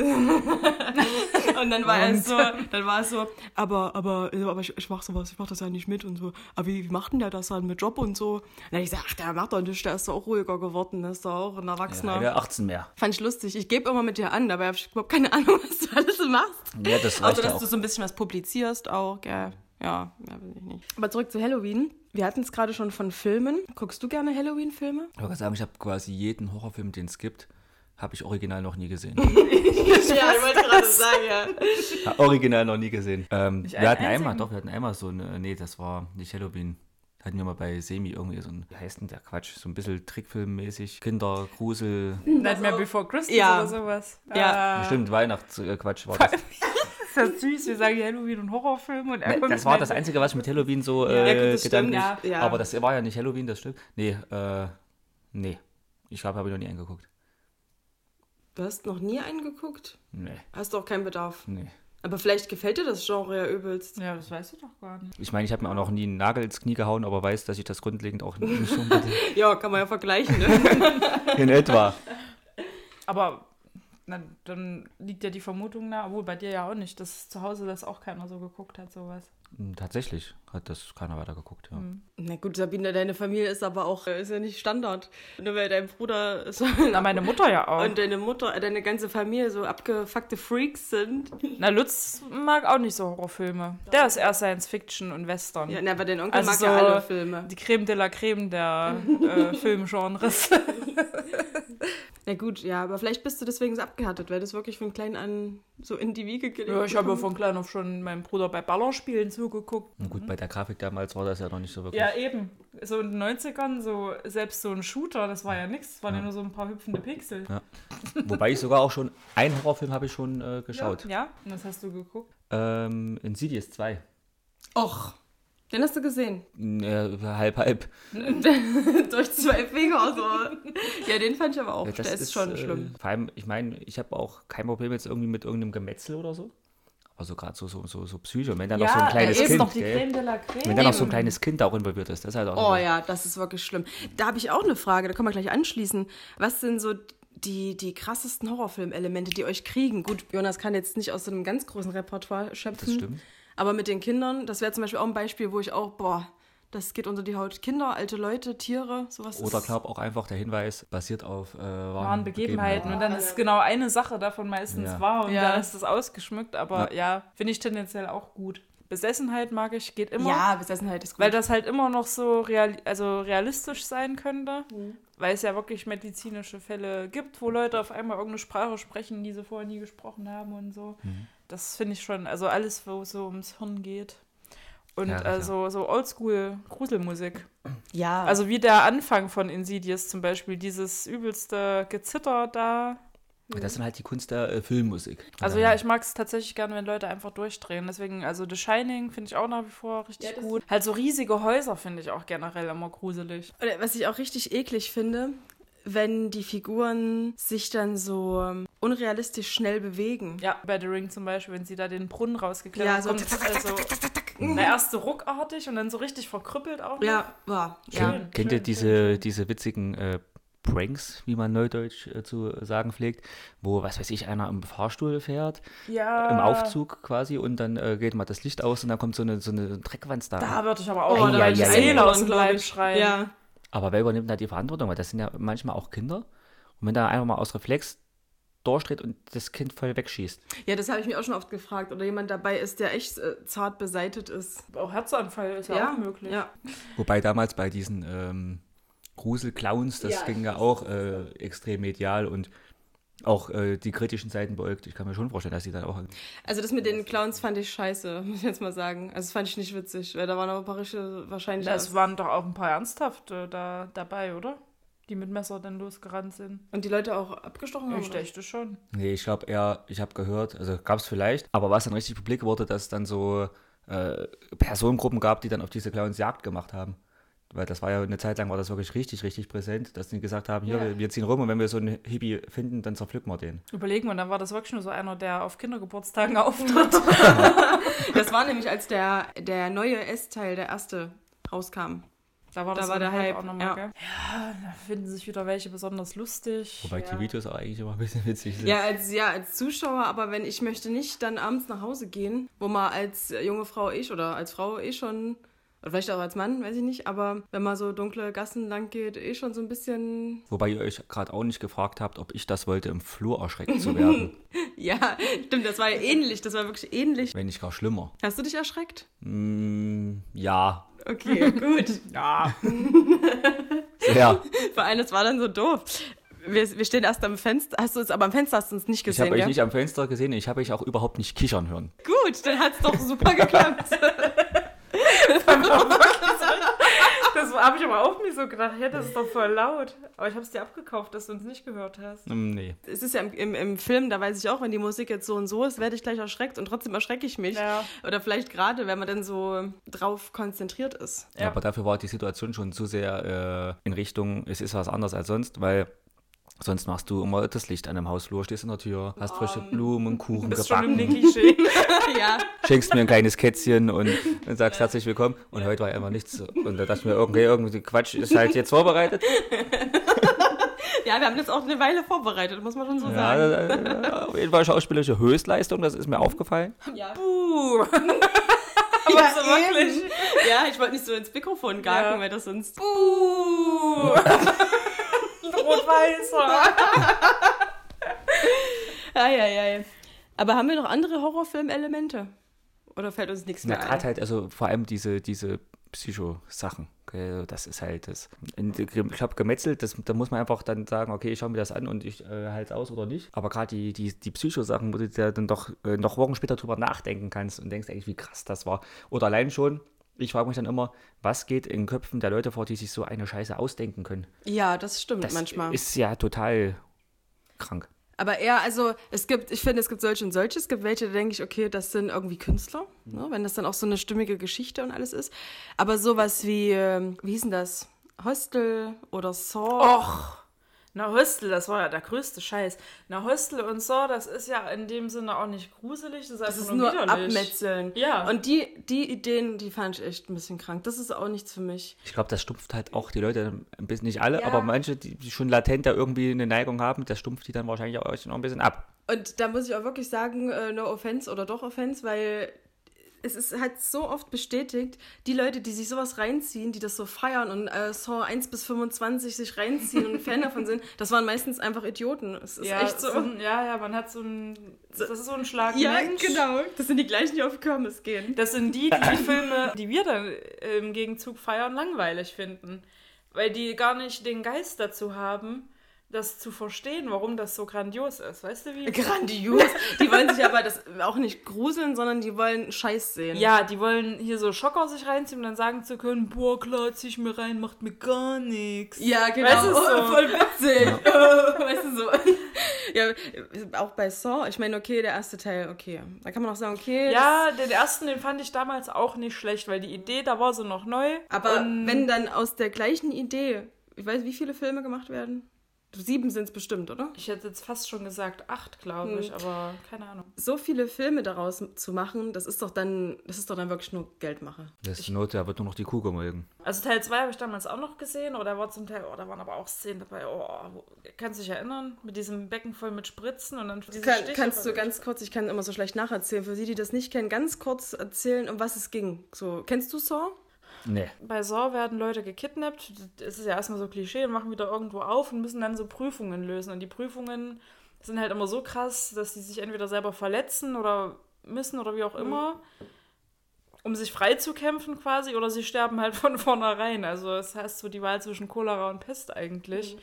Speaker 1: Und dann war er so, dann war es so, aber, aber, äh, aber ich, ich mach sowas, ich mach das ja nicht mit und so. Aber wie, wie macht denn der das dann mit Job und so? Und dann hab ich gesagt, ach, der macht doch nichts, der ist doch auch ruhiger geworden, der ist doch auch ein Erwachsener.
Speaker 5: Ja, 18 mehr.
Speaker 1: Fand ich lustig. Ich gebe immer mit dir an, dabei habe ich überhaupt keine Ahnung, was du alles machst.
Speaker 5: Ja, das reicht
Speaker 1: Außer,
Speaker 5: ja
Speaker 1: dass
Speaker 5: auch.
Speaker 1: du so ein bisschen was publizierst auch, gell. Ja, ja, weiß ich nicht. Aber zurück zu Halloween. Wir hatten es gerade schon von Filmen. Guckst du gerne Halloween-Filme?
Speaker 5: Ich wollte sagen, ich habe quasi jeden Horrorfilm, den es gibt, habe ich original noch nie gesehen.
Speaker 1: Ja, ich wollte gerade sagen, ja.
Speaker 5: Ja, original noch nie gesehen. Ähm, wir
Speaker 2: einen
Speaker 5: hatten einmal,
Speaker 2: einzigen?
Speaker 5: doch, wir hatten einmal so eine, nee, das war nicht Halloween. Da hatten wir mal bei Semi irgendwie so ein, wie heißt denn der Quatsch, so ein bisschen trickfilmmäßig, Kinder, Grusel,
Speaker 2: Nightmare Before Christmas
Speaker 1: Ja.
Speaker 2: oder sowas.
Speaker 1: Ja.
Speaker 2: Ah,
Speaker 5: bestimmt Weihnachtsquatsch war das.
Speaker 2: ist das süß. Wir sagen Halloween und Horrorfilm und er
Speaker 5: Ne,
Speaker 2: kommt
Speaker 5: Das war
Speaker 2: mit-
Speaker 5: das Einzige, was ich mit Halloween so
Speaker 1: Ja,
Speaker 5: äh,
Speaker 1: gut, das stimmt,
Speaker 5: gedanklich.
Speaker 1: ja. Ja.
Speaker 5: Aber das war ja nicht Halloween, das stimmt. Nee, äh, nee. Ich glaube, habe ich noch nie angeguckt.
Speaker 1: Du hast noch nie einen geguckt?
Speaker 5: Nee,
Speaker 1: Hast du auch keinen Bedarf.
Speaker 5: nee.
Speaker 1: Aber vielleicht gefällt dir das Genre ja übelst.
Speaker 2: Ja, das weißt du doch gar nicht.
Speaker 5: Ich meine, ich habe mir auch noch nie einen Nagel ins Knie gehauen, aber weiß, dass ich das grundlegend auch nicht so unbedingt-
Speaker 1: Ja, kann man ja vergleichen, ne?
Speaker 5: in etwa.
Speaker 2: Aber na, dann liegt ja die Vermutung nahe, obwohl bei dir ja auch nicht, dass zu Hause das auch keiner so geguckt hat, sowas.
Speaker 5: Hm, Tatsächlich hat das keiner weiter geguckt. Ja.
Speaker 1: Na gut, Sabine, deine Familie ist aber auch, äh, ist ja nicht Standard. Nur weil dein Bruder so und
Speaker 2: Na, meine Mutter ja auch.
Speaker 1: deine Mutter, äh, deine ganze Familie so abgefuckte Freaks sind.
Speaker 2: na, Lutz mag auch nicht so Horrorfilme. Der ist eher Science Fiction und Western.
Speaker 1: Ja, na, aber dein Onkel
Speaker 2: Also
Speaker 1: mag
Speaker 2: so-
Speaker 1: ja alle Filme.
Speaker 2: Die Creme de la Creme der äh, Filmgenres.
Speaker 1: Na gut, ja, aber vielleicht bist du deswegen so abgehärtet, weil du es wirklich von klein an so in die Wiege gelegt
Speaker 2: Ja, ich habe ja
Speaker 1: bekommen
Speaker 2: von klein auf schon meinem Bruder bei Ballerspielen zugeguckt.
Speaker 5: Und
Speaker 1: Mhm.
Speaker 5: gut, bei der Grafik damals war das ja noch nicht so wirklich.
Speaker 2: Ja, eben. So in den 90ern, so, selbst so ein Shooter, das war ja nichts. Das waren ja nur so ein paar hüpfende Pixel.
Speaker 5: Wobei ich sogar auch schon, einen Horrorfilm habe ich schon äh, geschaut.
Speaker 2: Ja, und das hast du geguckt.
Speaker 5: Ähm, Insidious 2.
Speaker 1: Och, den hast du gesehen.
Speaker 5: Hm, Äh, halb, halb.
Speaker 1: Durch zwei Finger so. Ja, den fand ich aber auch.
Speaker 5: Das
Speaker 1: Der ist, schon
Speaker 5: äh,
Speaker 1: schlimm.
Speaker 5: Vor allem, ich meine, ich habe auch kein Problem jetzt irgendwie mit irgendeinem Gemetzel oder so. Aber so gerade so, so, so, so Psycho. Und Wenn dann noch so ein kleines
Speaker 2: äh, eben
Speaker 5: Kind,
Speaker 2: noch die
Speaker 5: gell?
Speaker 2: Creme de la Creme.
Speaker 5: Wenn dann noch so ein kleines Kind auch involviert ist, das ist halt auch.
Speaker 1: Oh ja, das ist wirklich schlimm. Da habe ich auch eine Frage, da können wir gleich anschließen. Was sind so die, die krassesten Horrorfilmelemente, die euch kriegen? Gut, Jonas kann jetzt nicht aus so einem ganz großen Repertoire schöpfen.
Speaker 5: Das stimmt.
Speaker 1: Aber mit den Kindern, das wäre zum Beispiel auch ein Beispiel, wo ich auch, boah, das geht unter die Haut. Kinder, alte Leute, Tiere, sowas.
Speaker 5: Oder
Speaker 1: ist-
Speaker 5: glaube auch einfach der Hinweis basiert auf äh, wahren,
Speaker 2: wahren Begebenheiten. Und dann ist genau eine Sache davon meistens
Speaker 5: Ja.
Speaker 2: wahr und
Speaker 1: Ja.
Speaker 2: dann ist das ausgeschmückt. Aber ja, finde ich tendenziell auch gut. Besessenheit mag ich, geht immer.
Speaker 1: Ja, Besessenheit ist gut.
Speaker 2: Weil das halt immer noch so real, also realistisch sein könnte,
Speaker 1: Mhm.
Speaker 2: weil es ja wirklich medizinische Fälle gibt, wo Leute auf einmal irgendeine Sprache sprechen, die sie vorher nie gesprochen haben und so. Das finde ich schon, also alles, wo es so ums Hirn geht. Und
Speaker 5: Ja, sicher.
Speaker 2: also so Oldschool-Gruselmusik.
Speaker 1: ja,
Speaker 2: Also wie der Anfang von Insidious zum Beispiel, dieses übelste Gezitter da.
Speaker 5: Und Das ist dann halt die Kunst der äh, Filmmusik.
Speaker 2: Also ja, ich mag es tatsächlich gerne, wenn Leute einfach durchdrehen. Deswegen, also The Shining finde ich auch nach wie vor richtig
Speaker 1: Ja, das-
Speaker 2: gut. Halt so riesige Häuser finde ich auch generell immer gruselig.
Speaker 1: Oder äh, was ich auch richtig eklig finde, wenn die Figuren sich dann so ähm, unrealistisch schnell bewegen.
Speaker 2: Ja, bei The Ring zum Beispiel, wenn sie da den Brunnen
Speaker 1: Ja,
Speaker 2: rausgeklettert
Speaker 1: so
Speaker 2: kommt, also na, erst so ruckartig und dann so richtig verkrüppelt auch. noch.
Speaker 1: Ja, war. Ja.
Speaker 5: Kennt, kennt ihr diese, diese witzigen äh, Pranks, wie man neudeutsch äh, zu sagen pflegt, wo, was weiß ich, einer im Fahrstuhl fährt,
Speaker 2: ja.
Speaker 5: im Aufzug quasi und dann äh, geht mal das Licht aus und dann kommt so eine, so eine Dreckwanz da.
Speaker 2: Da
Speaker 5: rein.
Speaker 2: würde ich aber
Speaker 1: Oh,
Speaker 2: auch
Speaker 5: da
Speaker 2: ja,
Speaker 5: würd
Speaker 2: die
Speaker 5: ich
Speaker 2: Seele aus dem
Speaker 1: einhauen, glaub
Speaker 2: Leib
Speaker 1: ich.
Speaker 2: schreien.
Speaker 1: Ja.
Speaker 5: Aber wer übernimmt da die Verantwortung? Weil das sind ja manchmal auch Kinder. Und wenn da einfach mal aus Reflex durchdreht und das Kind voll wegschießt.
Speaker 1: ja, das habe ich mich auch schon oft gefragt. Oder jemand dabei ist, der echt äh, zart beseitet ist.
Speaker 2: Auch Herzanfall ist ja, auch möglich.
Speaker 1: Ja.
Speaker 5: Wobei damals bei diesen ähm, Grusel-Clowns, das ging ja auch äh, extrem medial und auch äh, die kritischen Seiten beäugt. Ich kann mir schon vorstellen, dass die dann auch.
Speaker 1: Also das mit den Clowns fand ich scheiße, muss ich jetzt mal sagen. Also das fand ich nicht witzig, weil da waren aber ein paar richtige wahrscheinlich.
Speaker 2: Es waren doch auch ein paar ernsthafte da dabei, oder? Die mit Messer dann losgerannt sind.
Speaker 1: Und die Leute auch abgestochen haben.
Speaker 2: Ich
Speaker 1: oder?
Speaker 2: dachte schon.
Speaker 5: Nee, ich glaube eher, ich habe gehört, also gab es vielleicht, aber was dann richtig publik wurde, dass es dann so äh, Personengruppen gab, die dann auf diese Clowns Jagd gemacht haben. Weil das war ja eine Zeit lang, war das wirklich richtig, richtig präsent, dass die gesagt haben, hier, wir- wir ziehen rum und wenn wir so einen Hippie finden, dann zerpflücken wir den.
Speaker 2: Überlegen wir, dann war das wirklich nur so einer, der auf Kindergeburtstagen auftritt.
Speaker 1: Das war nämlich, als der, der neue S-Teil, der erste, rauskam.
Speaker 2: Da war
Speaker 1: Da
Speaker 2: das
Speaker 1: war
Speaker 2: im
Speaker 1: der Hype,
Speaker 2: auch nochmal,
Speaker 1: ja.
Speaker 2: ja. gell? Ja, da finden sich wieder welche besonders lustig.
Speaker 5: Wobei die Videos auch eigentlich immer ein bisschen witzig sind.
Speaker 1: Ja als, ja, als Zuschauer, aber wenn ich möchte nicht dann abends nach Hause gehen, wo man als junge Frau ich oder als Frau eh schon, oder vielleicht auch als Mann, weiß ich nicht, aber wenn man so dunkle Gassen lang geht, eh schon so ein bisschen,
Speaker 5: Wobei ihr euch gerade auch nicht gefragt habt, ob ich das wollte, im Flur erschreckt zu werden.
Speaker 1: ja, stimmt, das war ja ähnlich, das war wirklich ähnlich.
Speaker 5: wenn nicht gar schlimmer.
Speaker 1: Hast du dich erschreckt?
Speaker 5: Mm, ja,
Speaker 1: Okay, gut.
Speaker 2: Ja.
Speaker 5: sehr.
Speaker 1: Vor allem, das war dann so doof. Wir, wir stehen erst am Fenster, hast du uns, aber am Fenster hast du uns nicht
Speaker 5: Ich
Speaker 1: gesehen,
Speaker 5: habe euch
Speaker 1: gell?
Speaker 5: nicht am Fenster gesehen, ich habe euch auch überhaupt nicht kichern hören.
Speaker 1: Gut, dann hat's doch super geklappt.
Speaker 2: Das habe ich aber auch nicht so gedacht. Hä, das ist doch voll laut. Aber ich habe es dir abgekauft, dass du uns nicht gehört hast.
Speaker 5: Hm, Nee.
Speaker 1: Es ist ja im, im, im Film, da weiß ich auch, wenn die Musik jetzt so und so ist, werde ich gleich erschreckt und trotzdem erschrecke ich mich.
Speaker 2: Ja.
Speaker 1: Oder vielleicht gerade, wenn man dann so drauf konzentriert ist.
Speaker 5: Ja. Aber dafür war die Situation schon zu sehr äh, in Richtung, es ist was anderes als sonst, weil sonst machst du immer das Licht an dem Hausflur, stehst in der Tür, hast frische Blumen und Kuchen
Speaker 2: Oh, ähm, Bist schon im
Speaker 5: gebacken,
Speaker 2: Klischee.
Speaker 1: ja.
Speaker 5: schenkst mir ein kleines Kätzchen und, und sagst herzlich willkommen. Und heute war einfach nichts. Und da dachte ich mir, okay, irgendwie Quatsch ist halt jetzt vorbereitet.
Speaker 1: ja, wir haben das auch eine Weile vorbereitet, muss man schon so
Speaker 5: Ja,
Speaker 1: sagen.
Speaker 5: äh, auf jeden Fall schauspielerische Höchstleistung, das ist mir aufgefallen.
Speaker 1: Ja.
Speaker 2: Puh.
Speaker 1: Ja,
Speaker 2: so
Speaker 1: eben.
Speaker 2: wirklich.
Speaker 1: ja, ich wollte nicht so ins Mikrofon garken, weil das sonst.
Speaker 2: Puh. Rot-Weißer.
Speaker 1: Eieiei. Aber haben wir noch andere Horrorfilmelemente? Oder fällt uns nichts
Speaker 5: Na,
Speaker 1: mehr ein?
Speaker 5: gerade halt, also vor allem diese, diese Psycho-Sachen. gell, Das ist halt das. Und Ich habe gemetzelt, das, da muss man einfach dann sagen, okay, ich schaue mir das an und ich äh, halte es aus oder nicht. Aber gerade die, die, die Psycho-Sachen, wo du dir dann doch äh, noch Wochen später drüber nachdenken kannst und denkst eigentlich, wie krass das war. Oder allein schon, ich frage mich dann immer, was geht in Köpfen der Leute vor, die sich so eine Scheiße ausdenken können?
Speaker 1: Ja, das stimmt
Speaker 5: Das
Speaker 1: manchmal.
Speaker 5: ist ja total krank.
Speaker 1: Aber eher, also es gibt, ich finde, es gibt solche und solche. Es gibt welche, da denke ich, okay, das sind irgendwie Künstler, ne? wenn das dann auch so eine stimmige Geschichte und alles ist. Aber sowas wie, ähm, wie hieß denn das? Hostel oder Saw.
Speaker 2: Och. Na, Hostel, das war ja der größte Scheiß. Na, Hostel und so, das ist ja in dem Sinne auch nicht gruselig, das ist,
Speaker 1: das
Speaker 2: einfach
Speaker 1: ist nur
Speaker 2: widerlich.
Speaker 1: Abmetzeln.
Speaker 2: Ja.
Speaker 1: Und die, die Ideen, die fand ich echt ein bisschen krank. Das ist auch nichts für mich.
Speaker 5: Ich glaube, das stumpft halt auch die Leute ein bisschen, nicht alle,
Speaker 2: Ja.
Speaker 5: aber manche, die die schon latent da irgendwie eine Neigung haben, das stumpft die dann wahrscheinlich auch schon noch ein bisschen ab.
Speaker 1: Und da muss ich auch wirklich sagen, äh, no offense oder doch offense, weil es ist halt so oft bestätigt, die Leute, die sich sowas reinziehen, die das so feiern und äh, Saw 1 bis 25 sich reinziehen und Fan davon sind, das waren meistens einfach Idioten. Es ist
Speaker 2: ja,
Speaker 1: echt so.
Speaker 2: so ein, ja, ja, man hat so ein. Das ist so ein Schlag.
Speaker 1: ja,
Speaker 2: Mensch.
Speaker 1: genau. Das sind die gleichen, die auf Kirmes gehen.
Speaker 2: Das sind die, die die Filme, die wir dann im Gegenzug feiern, langweilig finden. Weil die gar nicht den Geist dazu haben, das zu verstehen, warum das so grandios ist. Weißt du wie?
Speaker 1: Grandios. Die wollen sich aber das auch nicht gruseln, sondern die wollen Scheiß sehen.
Speaker 2: Ja, die wollen hier so Schocker sich reinziehen und dann sagen zu können, boah, klar, zieh ich mir rein, macht mir gar nichts.
Speaker 1: Ja, genau.
Speaker 2: Weißt du, so.
Speaker 1: Oh, voll witzig. weißt du so. ja, auch bei Saw, ich meine, okay, der erste Teil, okay. Da kann man auch sagen, okay.
Speaker 2: Ja, den ersten, den fand ich damals auch nicht schlecht, weil die Idee, da war so noch neu.
Speaker 1: das- aber
Speaker 2: Und-
Speaker 1: wenn dann aus der gleichen Idee, ich weiß, wie viele Filme gemacht werden? Sieben sind es bestimmt, oder?
Speaker 2: Ich hätte jetzt fast schon gesagt acht, glaube ich,
Speaker 1: Hm.
Speaker 2: aber keine Ahnung.
Speaker 1: So viele Filme daraus zu machen, das ist doch dann, das ist doch dann wirklich nur Geldmache.
Speaker 5: Das ist Not, da wird nur noch die Kuh gemolken.
Speaker 2: Also Teil 2 habe ich damals auch noch gesehen, oder war zum Teil, oh, da waren aber auch Szenen dabei, oh, wo- kannst du dich erinnern? Mit diesem Becken voll mit Spritzen und dann diese
Speaker 1: Kann,
Speaker 2: Stiche
Speaker 1: kannst du
Speaker 2: voll-
Speaker 1: ganz kurz, ich kann immer so schlecht nacherzählen, für die, die das nicht kennen, ganz kurz erzählen, um was es ging. So, kennst du Saw?
Speaker 5: Nee.
Speaker 2: Bei Saw werden Leute gekidnappt, das ist ja erstmal so Klischee, und machen wieder irgendwo auf und müssen dann so Prüfungen lösen. Und die Prüfungen sind halt immer so krass, dass die sich entweder selber verletzen oder müssen oder wie
Speaker 1: Mhm.
Speaker 2: auch immer, um sich freizukämpfen quasi, oder sie sterben halt von vornherein. Also das heißt so die Wahl zwischen Cholera und Pest
Speaker 1: Mhm.
Speaker 2: eigentlich.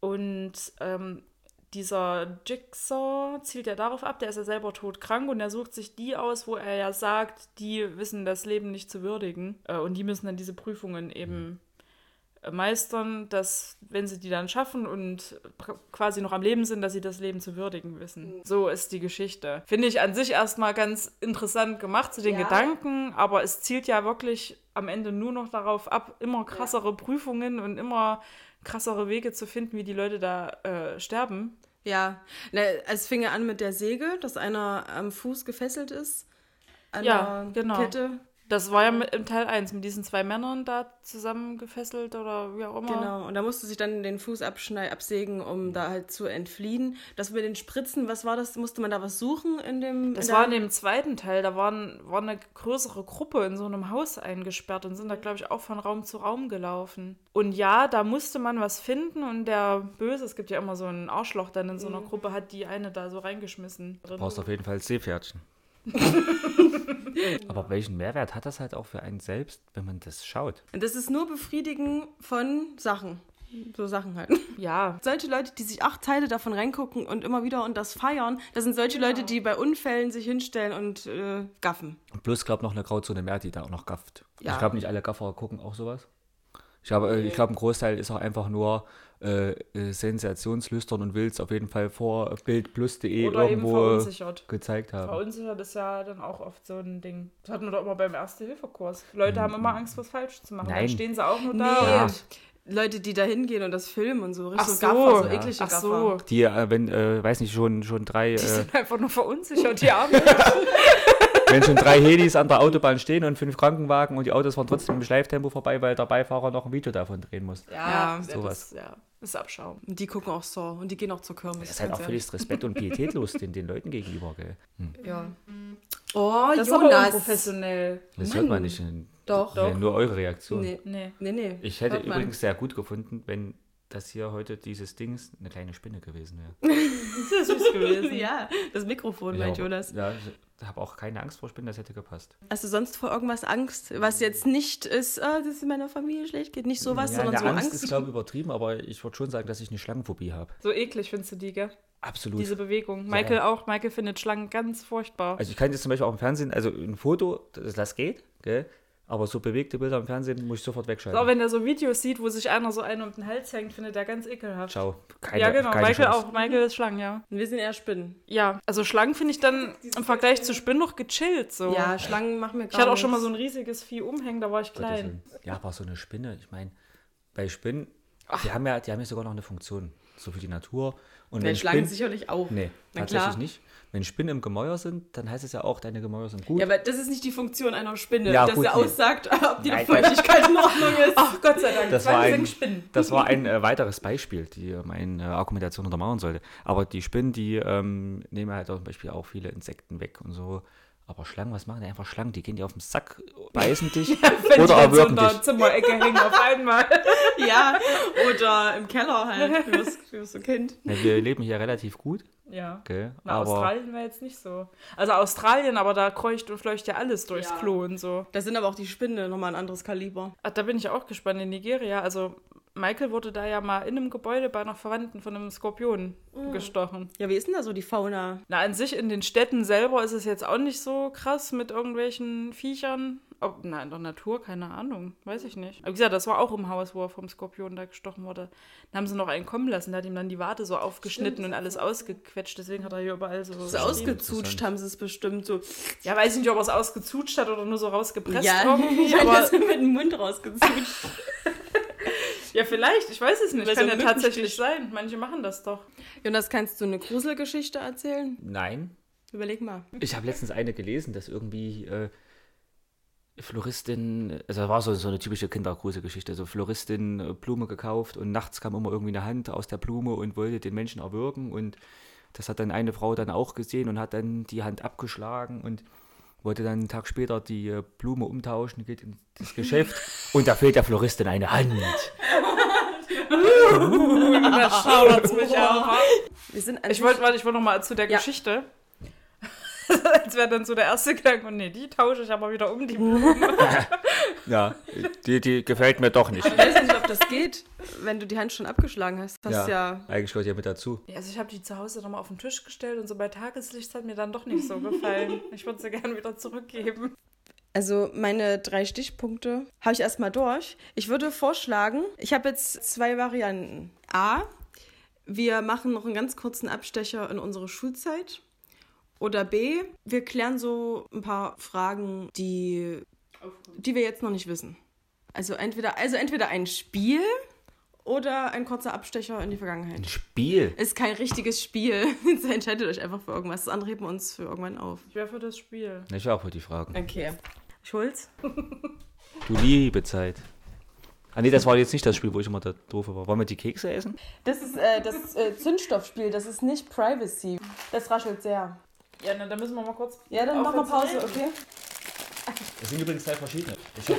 Speaker 2: Und ähm, dieser Jigsaw zielt ja darauf ab, der ist ja selber todkrank und er sucht sich die aus, wo er ja sagt, die wissen das Leben nicht zu würdigen. Äh, und die müssen dann diese Prüfungen eben äh, meistern, dass, wenn sie die dann schaffen und pr- quasi noch am Leben sind, dass sie das Leben zu würdigen wissen. So ist die Geschichte. Finde ich an sich erstmal ganz interessant gemacht zu den
Speaker 1: Ja.
Speaker 2: Gedanken, aber es zielt ja wirklich am Ende nur noch darauf ab, immer krassere Prüfungen und immer krassere Wege zu finden, wie die Leute da äh, sterben.
Speaker 1: Ja, Na, es fing ja an mit der Säge, dass einer am Fuß gefesselt ist. An
Speaker 2: Ja,
Speaker 1: der
Speaker 2: genau.
Speaker 1: Kette.
Speaker 2: Das war ja mit, im Teil 1 mit diesen zwei Männern da zusammengefesselt oder wie auch immer.
Speaker 1: Genau. Und da musste sich dann den Fuß abschnei absägen, um da halt zu entfliehen. Das mit den Spritzen, was war das? Musste man da was suchen in dem.
Speaker 2: Das
Speaker 1: in
Speaker 2: war in
Speaker 1: der-
Speaker 2: dem zweiten Teil, da waren, war eine größere Gruppe in so einem Haus eingesperrt und sind da, glaube ich, auch von Raum zu Raum gelaufen. Und ja, da musste man was finden und der Böse, es gibt ja immer so einen Arschloch dann in so
Speaker 5: Mhm.
Speaker 2: einer Gruppe, hat die eine da so reingeschmissen.
Speaker 5: Du brauchst auf jeden Fall Seepferdchen. aber welchen Mehrwert hat das halt auch für einen selbst, wenn man das schaut?
Speaker 1: Und das ist nur Befriedigen von Sachen. So Sachen halt.
Speaker 2: Ja,
Speaker 1: Solche Leute, die sich acht Teile davon reingucken und immer wieder und das feiern, das sind solche Leute, die bei Unfällen sich hinstellen und äh, gaffen.
Speaker 5: Plus, glaube noch eine Grauzone mehr, die da auch noch gafft.
Speaker 1: Ja.
Speaker 5: Ich glaube, nicht alle Gaffer gucken auch sowas. Ich glaube, ich glaube, ein Großteil ist auch einfach nur äh, äh, sensationslüstern und will es auf jeden Fall vor bildplus.de
Speaker 2: Oder eben
Speaker 5: E irgendwo
Speaker 2: verunsichert.
Speaker 5: gezeigt haben.
Speaker 2: Verunsichert ist ja dann auch oft so ein Ding. Das hatten wir doch immer beim Erste-Hilfe-Kurs. Leute haben immer Angst, was falsch zu machen.
Speaker 5: Mhm. Nein.
Speaker 2: Dann stehen sie auch nur
Speaker 1: Nee,
Speaker 2: da.
Speaker 5: Ja.
Speaker 1: Leute, die da hingehen und das filmen und so. Richtig
Speaker 4: Ach
Speaker 1: so,
Speaker 4: so,
Speaker 1: Gaffer, so
Speaker 4: ja.
Speaker 1: eklige
Speaker 4: Ach
Speaker 1: Gaffer.
Speaker 4: so.
Speaker 5: Die, äh, wenn, äh, weiß nicht, schon, schon drei,
Speaker 2: Die
Speaker 5: äh,
Speaker 2: sind einfach nur verunsichert, die Armen.
Speaker 5: wenn schon drei Helis an der Autobahn stehen und fünf Krankenwagen und die Autos fahren trotzdem im Schleiftempo vorbei, weil der Beifahrer noch ein Video davon drehen muss.
Speaker 1: Ja, ja,
Speaker 5: sowas.
Speaker 1: Das, ja, das ist Abschaum. Und die gucken auch so und die gehen auch zur Kirmes.
Speaker 5: Das ist halt auch
Speaker 1: ganz ehrlich.
Speaker 5: völlig respekt- und pietätlos den, den Leuten gegenüber, gell?
Speaker 1: Ja. Oh,
Speaker 2: Das ist aber
Speaker 1: Jonas.
Speaker 2: unprofessionell.
Speaker 5: Das
Speaker 1: Mann.
Speaker 5: hört man nicht. in-
Speaker 1: Doch.
Speaker 5: Ja, Nur eure Reaktion.
Speaker 1: Nee.
Speaker 2: Nee.
Speaker 1: Nee, nee.
Speaker 5: Ich hätte
Speaker 1: Hört man.
Speaker 5: übrigens sehr gut gefunden, wenn das hier heute dieses Dings eine kleine Spinne gewesen wäre.
Speaker 2: Das ist süß gewesen.
Speaker 1: Ja, das Mikrofon,
Speaker 5: Ja,
Speaker 1: meint
Speaker 5: aber-
Speaker 1: Jonas.
Speaker 5: Ja, ich habe auch keine Angst vor Spinnen, das hätte gepasst.
Speaker 1: Hast du sonst vor irgendwas Angst, was jetzt nicht ist, ah, dass es in meiner Familie schlecht geht? Nicht sowas,
Speaker 5: ja,
Speaker 1: sondern
Speaker 5: eine
Speaker 1: so
Speaker 5: Angst,
Speaker 1: Angst.
Speaker 5: ist, glaube ich, übertrieben, aber ich würde schon sagen, dass ich eine Schlangenphobie habe.
Speaker 2: So eklig findest du die, gell?
Speaker 5: Absolut.
Speaker 2: Diese Bewegung. Michael auch. Michael findet Schlangen ganz furchtbar.
Speaker 5: also ich kann jetzt zum Beispiel auch im Fernsehen, also ein Foto, das, das geht, gell? aber so bewegte Bilder im Fernsehen muss ich sofort wegschalten.
Speaker 2: Auch wenn er so Videos sieht, wo sich einer so einen um den Hals hängt, findet er ganz ekelhaft.
Speaker 5: Ciao. Keine,
Speaker 2: ja, genau.
Speaker 5: keine
Speaker 2: Michael
Speaker 5: Chance. um
Speaker 2: auch. Michael ist Schlangen, ja.
Speaker 1: Wir sind eher Spinnen.
Speaker 2: Ja, also Schlangen finde ich dann im Vergleich zu Spinnen noch gechillt. So.
Speaker 1: Ja, Schlangen machen mir gar
Speaker 2: ich hatte auch schon mal
Speaker 1: nichts.
Speaker 2: so ein riesiges Vieh umhängen, da war ich
Speaker 5: Gottes
Speaker 2: klein.
Speaker 5: Willen. Ja, aber so eine Spinne, ich meine, bei Spinnen, die haben, ja, die haben ja sogar noch eine Funktion. So für die Natur. Und
Speaker 1: Ja,
Speaker 5: wenn
Speaker 1: Schlangen
Speaker 5: Spinnen,
Speaker 1: sicherlich auch.
Speaker 5: Nee,
Speaker 1: Na
Speaker 5: tatsächlich
Speaker 1: klar.
Speaker 5: nicht. Wenn Spinnen im Gemäuer sind, dann heißt es ja auch, deine Gemäuer sind gut.
Speaker 1: Ja, aber das ist nicht die Funktion einer Spinne,
Speaker 5: Ja,
Speaker 1: dass
Speaker 5: gut,
Speaker 1: sie
Speaker 5: nee.
Speaker 1: aussagt, ob die
Speaker 5: Nein.
Speaker 1: Feuchtigkeit in Ordnung ist.
Speaker 2: Ach, Gott sei Dank.
Speaker 5: das, war ein,
Speaker 2: Spinnen.
Speaker 5: das war ein äh, weiteres Beispiel, die äh, meine Argumentation untermauern sollte. Aber die Spinnen, die ähm, nehmen halt auch zum Beispiel auch viele Insekten weg und so. Aber Schlangen, was machen die einfach Schlangen? Die gehen dir auf den Sack, beißen dich
Speaker 2: Wenn
Speaker 5: oder
Speaker 2: die dann so in
Speaker 5: erwürgen
Speaker 2: der
Speaker 5: dich.
Speaker 2: Zimmerecke hängen auf einmal.
Speaker 1: Ja, oder im Keller halt, wie wir's- wie wir's so kennt.
Speaker 5: Na, wir leben hier relativ gut,
Speaker 2: Ja.
Speaker 5: gell?
Speaker 2: Na,
Speaker 5: aber
Speaker 2: Australien war jetzt nicht so. Also Australien, aber da kreucht und fleucht ja alles durchs
Speaker 1: Ja.
Speaker 2: Klo und so.
Speaker 1: Da sind aber auch die Spinnen nochmal ein anderes Kaliber.
Speaker 2: Ah, Da bin ich auch gespannt in Nigeria. Also Michael wurde da ja mal in einem Gebäude bei einer Verwandten von einem Skorpion gestochen.
Speaker 1: Ja, wie ist denn da so die Fauna?
Speaker 2: Na, an sich in den Städten selber ist es jetzt auch nicht so krass mit irgendwelchen Viechern. Ob, na, in der Natur, keine Ahnung. Weiß ich nicht. Aber wie gesagt, das war auch im Haus, wo er vom Skorpion da gestochen wurde. Dann haben sie noch einen kommen lassen. Der hat ihm dann die Wade so aufgeschnitten und alles ausgequetscht. Deswegen hat er hier überall so...
Speaker 1: So ausgezutscht
Speaker 5: interessant.
Speaker 1: haben sie es bestimmt so.
Speaker 2: Ja, weiß ich nicht, ob er es ausgezutscht hat oder nur so rausgepresst
Speaker 1: Ja,
Speaker 2: irgendwie.
Speaker 1: ich habe
Speaker 2: aber
Speaker 1: das mit dem Mund rausgezutscht.
Speaker 2: ja, vielleicht. Ich weiß es nicht.
Speaker 1: Weil so
Speaker 2: Kann ja
Speaker 1: ein
Speaker 2: tatsächlich sein. Manche machen das doch.
Speaker 1: Jonas, kannst du eine Gruselgeschichte erzählen?
Speaker 5: nein,
Speaker 1: Überleg mal.
Speaker 5: Ich habe letztens eine gelesen, dass irgendwie äh, Floristin, also das war so, so eine typische Kindergruselgeschichte, also Floristin äh, Blume gekauft und nachts kam immer irgendwie eine Hand aus der Blume und wollte den Menschen erwürgen und das hat dann eine Frau dann auch gesehen und hat dann die Hand abgeschlagen und wollte dann einen Tag später die äh, Blume umtauschen, geht ins Geschäft und da fehlt der Floristin eine Hand.
Speaker 2: Schaudert's mich auch.
Speaker 1: Wir sind an
Speaker 2: Oh. Ich
Speaker 1: sich-
Speaker 2: wollte warte, ich wollte noch mal zu der
Speaker 1: Ja.
Speaker 2: Geschichte. Als wäre dann so der erste Gedanke, nee, die tausche ich aber wieder um, die Blumen.
Speaker 5: Ja, die, die gefällt mir doch nicht.
Speaker 1: Ich weiß nicht, ob das geht, wenn du die Hand schon abgeschlagen hast. Das ist ja.
Speaker 5: Eigentlich gehört ja mit dazu.
Speaker 2: Also ich habe die zu Hause noch mal auf den Tisch gestellt und so bei Tageslicht hat mir dann doch nicht so gefallen. Ich würde sie gerne wieder zurückgeben.
Speaker 1: Also meine drei Stichpunkte habe ich erstmal durch. Ich würde vorschlagen, ich habe jetzt zwei Varianten. A, wir machen noch einen ganz kurzen Abstecher in unsere Schulzeit. Oder B, wir klären so ein paar Fragen, die, die wir jetzt noch nicht wissen. Also entweder, also entweder ein Spiel oder ein kurzer Abstecher in die Vergangenheit.
Speaker 5: Ein Spiel.
Speaker 1: Ist kein richtiges Spiel. Entscheidet euch einfach für irgendwas. Das andere heben wir uns für irgendwann auf.
Speaker 2: Ich wäre für das Spiel.
Speaker 5: Ich war auch für die Fragen.
Speaker 1: Okay. Schulz?
Speaker 5: Du liebe Zeit. Ah nee, das war jetzt nicht das Spiel, wo ich immer der Doofe war. Wollen wir die Kekse essen?
Speaker 1: Das ist äh, das äh, Zündstoffspiel, das ist nicht Privacy. Das raschelt sehr.
Speaker 2: Ja, na, dann müssen wir mal kurz...
Speaker 1: Ja, dann
Speaker 2: Auf
Speaker 1: machen wir
Speaker 2: jetzt
Speaker 1: Pause, okay?
Speaker 5: Es sind übrigens zwei verschiedene. Ich hab,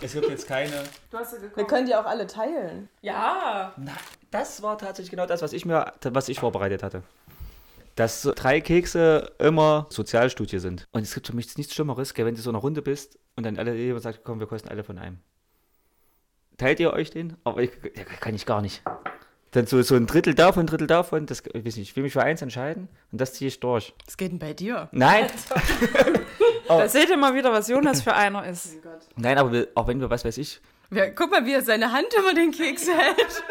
Speaker 5: es gibt jetzt keine.
Speaker 2: Du hast sie
Speaker 1: Wir
Speaker 2: gekommen.
Speaker 1: können die auch alle teilen.
Speaker 2: Ja.
Speaker 5: Das war tatsächlich genau das, was ich mir, was ich vorbereitet hatte. Dass so drei Kekse immer Sozialstudie sind. Und es gibt für mich nichts Schlimmeres, gell, wenn du so in einer Runde bist und dann alle jemand sagt, komm, wir kosten alle von einem. Teilt ihr euch den? Aber ich, ja, kann ich gar nicht. Dann so, so ein Drittel davon, ein Drittel davon. Das, ich weiß nicht, ich will mich für eins entscheiden und das ziehe ich durch.
Speaker 1: Was geht denn bei dir?
Speaker 5: Nein!
Speaker 2: Oh. Da seht ihr mal wieder, was Jonas für einer ist.
Speaker 5: Nein, aber wir, auch wenn wir, was weiß ich,
Speaker 1: Wer, guck mal, wie er seine Hand immer den Keks hält.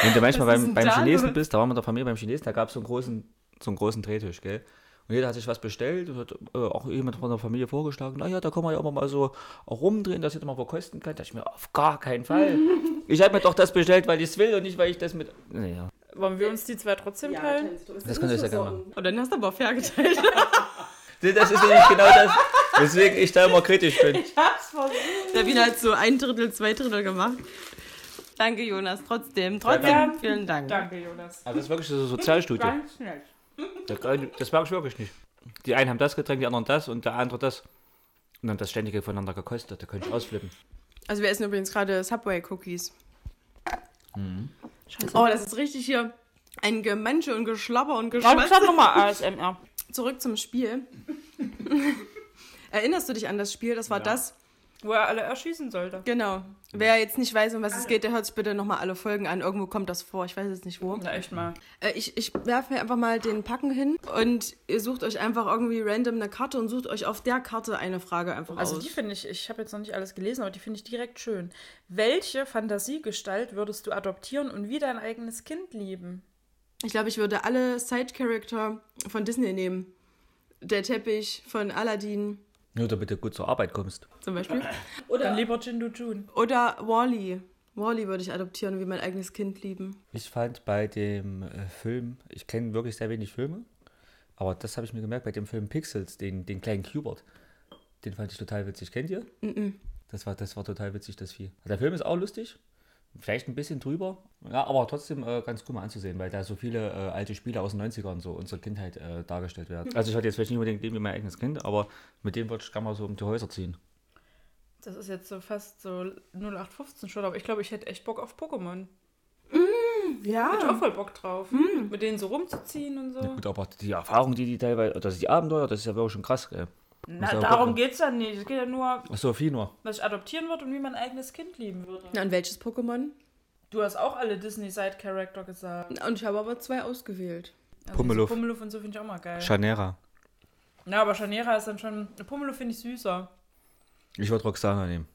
Speaker 5: Wenn du manchmal
Speaker 2: Was ist denn
Speaker 5: beim, beim
Speaker 2: da
Speaker 5: Chinesen
Speaker 2: los?
Speaker 5: bist, da waren wir mit der Familie beim Chinesen, da gab es so einen großen, so einen großen Drehtisch, gell? Und jeder hat sich was bestellt und hat äh, auch jemand von der Familie vorgeschlagen, naja, da kann man ja immer mal so rumdrehen, dass jeder mal verkosten kann. Da dachte ich mir, auf gar keinen Fall. ich habe mir doch das bestellt, weil ich es will und nicht, weil ich das mit. Naja.
Speaker 2: Wollen wir uns die zwei trotzdem teilen?
Speaker 5: Das könnt ihr euch ja gerne machen.
Speaker 1: Und Oh, dann hast du aber fair geteilt.
Speaker 5: Nee, Das ist nämlich genau das, weswegen ich da immer Oh, kritisch bin.
Speaker 1: Sabine hat so ein Drittel, zwei Drittel gemacht. Danke, Jonas. Trotzdem, trotzdem,
Speaker 2: Ja.
Speaker 1: vielen Dank.
Speaker 2: Danke, Jonas.
Speaker 5: Also das ist wirklich so eine Sozialstudie.
Speaker 2: Ganz nett.
Speaker 5: Das kann- das mag ich wirklich nicht. Die einen haben das Getränk, die anderen das und der andere das. Und dann das ständige voneinander gekostet, da könnte ich ausflippen.
Speaker 1: Also wir essen übrigens gerade Subway-Cookies.
Speaker 2: Also
Speaker 1: Scheiße. Oh, das ist richtig hier ein Gemensche und Geschlapper und
Speaker 4: Warte, ich
Speaker 1: Geschwätz.
Speaker 4: hab nochmal ASMR.
Speaker 1: Zurück zum Spiel. Erinnerst du dich an das Spiel? Das war das.
Speaker 2: Wo er alle erschießen sollte.
Speaker 1: Genau. Wer jetzt nicht weiß, um was es geht, der hört sich bitte nochmal alle Folgen an. Irgendwo kommt das vor. Ich weiß jetzt nicht wo.
Speaker 2: Na, echt mal.
Speaker 1: Äh, ich ich werfe mir einfach mal den Packen hin und ihr sucht euch einfach irgendwie random eine Karte und sucht euch auf der Karte eine Frage einfach
Speaker 2: Also
Speaker 1: aus.
Speaker 2: die finde ich, ich habe jetzt noch nicht alles gelesen, aber die finde ich direkt schön. Welche Fantasiegestalt würdest du adoptieren und wie dein eigenes Kind lieben?
Speaker 1: Ich glaube, ich würde alle Side-Character von Disney nehmen. Der Teppich von Aladdin
Speaker 5: Nur damit du gut zur Arbeit kommst.
Speaker 1: zum Beispiel.
Speaker 2: Dann lieber Jindu Jun.
Speaker 1: Oder Wally. Wally würde ich adoptieren und wie mein eigenes Kind lieben.
Speaker 5: Ich fand bei dem äh, Film, ich kenne wirklich sehr wenig Filme, aber das habe ich mir gemerkt, bei dem Film Pixels, den, den kleinen Cubert, den fand ich total witzig. Kennt ihr? Das, war, das war total witzig, das Vieh. Der Film ist auch lustig, vielleicht ein bisschen drüber, ja, aber trotzdem äh, ganz cool mal anzusehen, weil da so viele äh, alte Spiele aus den 90ern, so unsere Kindheit äh, dargestellt werden. Also ich hatte jetzt vielleicht nicht unbedingt den wie mein eigenes Kind, aber mit dem würde ich gerne mal so um die Häuser ziehen.
Speaker 2: Das ist jetzt so fast so 0815 schon, aber ich glaube, ich hätte echt Bock auf Pokémon. Hätte ich auch
Speaker 1: Ja.
Speaker 2: voll Bock drauf. Mit denen so rumzuziehen und so.
Speaker 5: Gut, aber die Erfahrung, die die teilweise, oder die Abenteuer, das ist ja wirklich schon krass. Gell?
Speaker 2: Na,
Speaker 5: Muss aber
Speaker 2: darum
Speaker 5: gucken.
Speaker 2: geht's ja nicht. Es geht ja nur,
Speaker 5: Ach so, viel nur.
Speaker 2: was ich adoptieren würde und wie mein eigenes Kind lieben würde.
Speaker 1: Na, und welches Pokémon?
Speaker 2: Du hast auch alle Disney-Side-Character gesagt.
Speaker 1: Und ich habe aber zwei ausgewählt.
Speaker 2: Also
Speaker 5: Pummeluff.
Speaker 2: So Pummeluff und so finde ich auch mal geil.
Speaker 5: Chanera.
Speaker 2: Na, aber Chanera ist dann schon. Pummeluff finde ich süßer.
Speaker 5: Ich würde Roxana nehmen.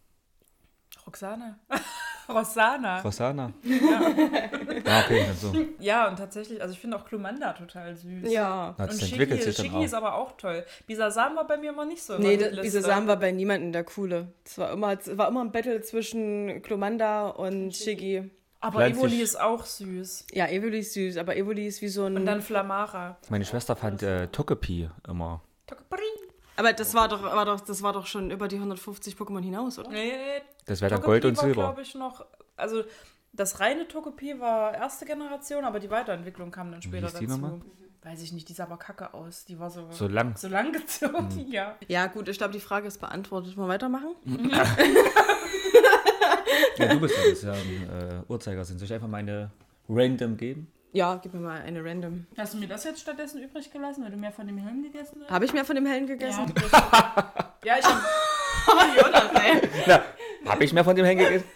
Speaker 2: Roxane. Rosana.
Speaker 5: Roxana? Ja. okay, also, dann so.
Speaker 2: Ja, und tatsächlich, also ich finde auch Klumanda total süß.
Speaker 1: Ja.
Speaker 5: Na,
Speaker 2: Und
Speaker 5: das entwickelt
Speaker 2: Shiki,
Speaker 5: sich dann
Speaker 2: Shiki ist
Speaker 5: auch.
Speaker 2: aber auch toll. Bisasam war bei mir immer nicht so. in
Speaker 1: Nee,
Speaker 2: der
Speaker 1: da,
Speaker 2: Liste.
Speaker 1: diese Samen war bei niemandem der coole. Es war immer, es war immer ein Battle zwischen Glomanda und Shiggy.
Speaker 2: Aber
Speaker 5: Pflanzlich.
Speaker 2: Evoli ist auch süß.
Speaker 1: Ja, Evoli ist süß, aber Evoli ist wie so ein.
Speaker 2: Und dann Flamara.
Speaker 5: Meine Schwester fand äh, Togepi immer.
Speaker 2: Tokopri.
Speaker 1: aber das war doch, war doch, das war doch schon über die 150 Pokémon hinaus, oder?
Speaker 2: Nee,
Speaker 5: Das wäre dann
Speaker 2: Togepi
Speaker 5: Gold und
Speaker 2: war,
Speaker 5: Silber.
Speaker 2: glaube ich, noch. Also, das reine Tokopi war erste Generation, aber die Weiterentwicklung kam dann später
Speaker 5: hieß die
Speaker 2: dazu.
Speaker 5: nochmal?
Speaker 2: Weiß ich nicht, die sah aber kacke aus. Die war so,
Speaker 5: So Mhm. lang.
Speaker 2: so lang gezogen, ja.
Speaker 1: Ja, gut, ich glaube, die Frage ist beantwortet. Wollen wir weitermachen?
Speaker 5: Ja, du bist ja jetzt ja ein äh, Uhrzeigersinn. Soll ich einfach meine random geben?
Speaker 1: Ja, gib mir mal eine random.
Speaker 2: Hast du mir das jetzt stattdessen übrig gelassen, weil du mehr von dem Helm gegessen hast?
Speaker 1: Habe ich mehr von dem Hellen gegessen?
Speaker 2: Ja, ich hab,
Speaker 5: Na, hab ich mehr von dem Hängen gegessen?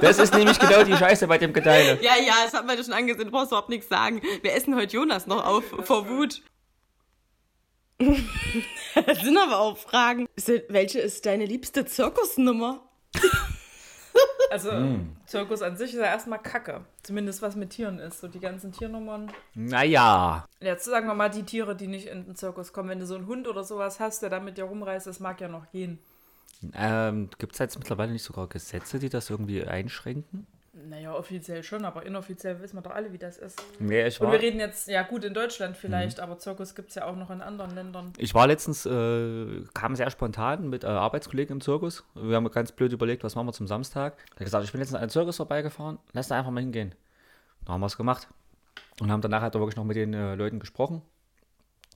Speaker 5: Das ist nämlich genau die Scheiße bei dem Gedeile.
Speaker 1: Ja, ja, das hat man dir schon angesehen. Du brauchst überhaupt nichts sagen. Wir essen heute Jonas noch auf vor Wut. das sind aber auch Fragen. Ist denn- Welche ist deine liebste Zirkusnummer?
Speaker 2: also
Speaker 5: Mm.
Speaker 2: Zirkus an sich ist ja erstmal Kacke. Zumindest was mit Tieren ist. So die ganzen Tiernummern.
Speaker 5: Naja.
Speaker 2: Jetzt sagen wir mal die Tiere, die nicht in den Zirkus kommen. Wenn du so einen Hund oder sowas hast, der da mit dir rumreist, das mag ja noch gehen.
Speaker 5: Ähm, Gibt es jetzt mittlerweile nicht sogar Gesetze, die das irgendwie einschränken?
Speaker 2: Naja, offiziell schon, aber inoffiziell wissen wir doch alle, wie das ist.
Speaker 5: Nee, ich
Speaker 2: Und
Speaker 5: war,
Speaker 2: wir reden jetzt, ja gut, in
Speaker 5: Mhm.
Speaker 2: Deutschland vielleicht, aber Zirkus gibt es ja auch noch in anderen Ländern.
Speaker 5: ich war letztens, äh, kam sehr spontan mit äh, Arbeitskollegen im Zirkus. Wir haben ganz blöd überlegt, was machen wir zum Samstag. Er hat gesagt, ich bin letztens an einem Zirkus vorbeigefahren, lass da einfach mal hingehen. Da haben wir es gemacht und haben danach halt auch wirklich noch mit den äh, Leuten gesprochen.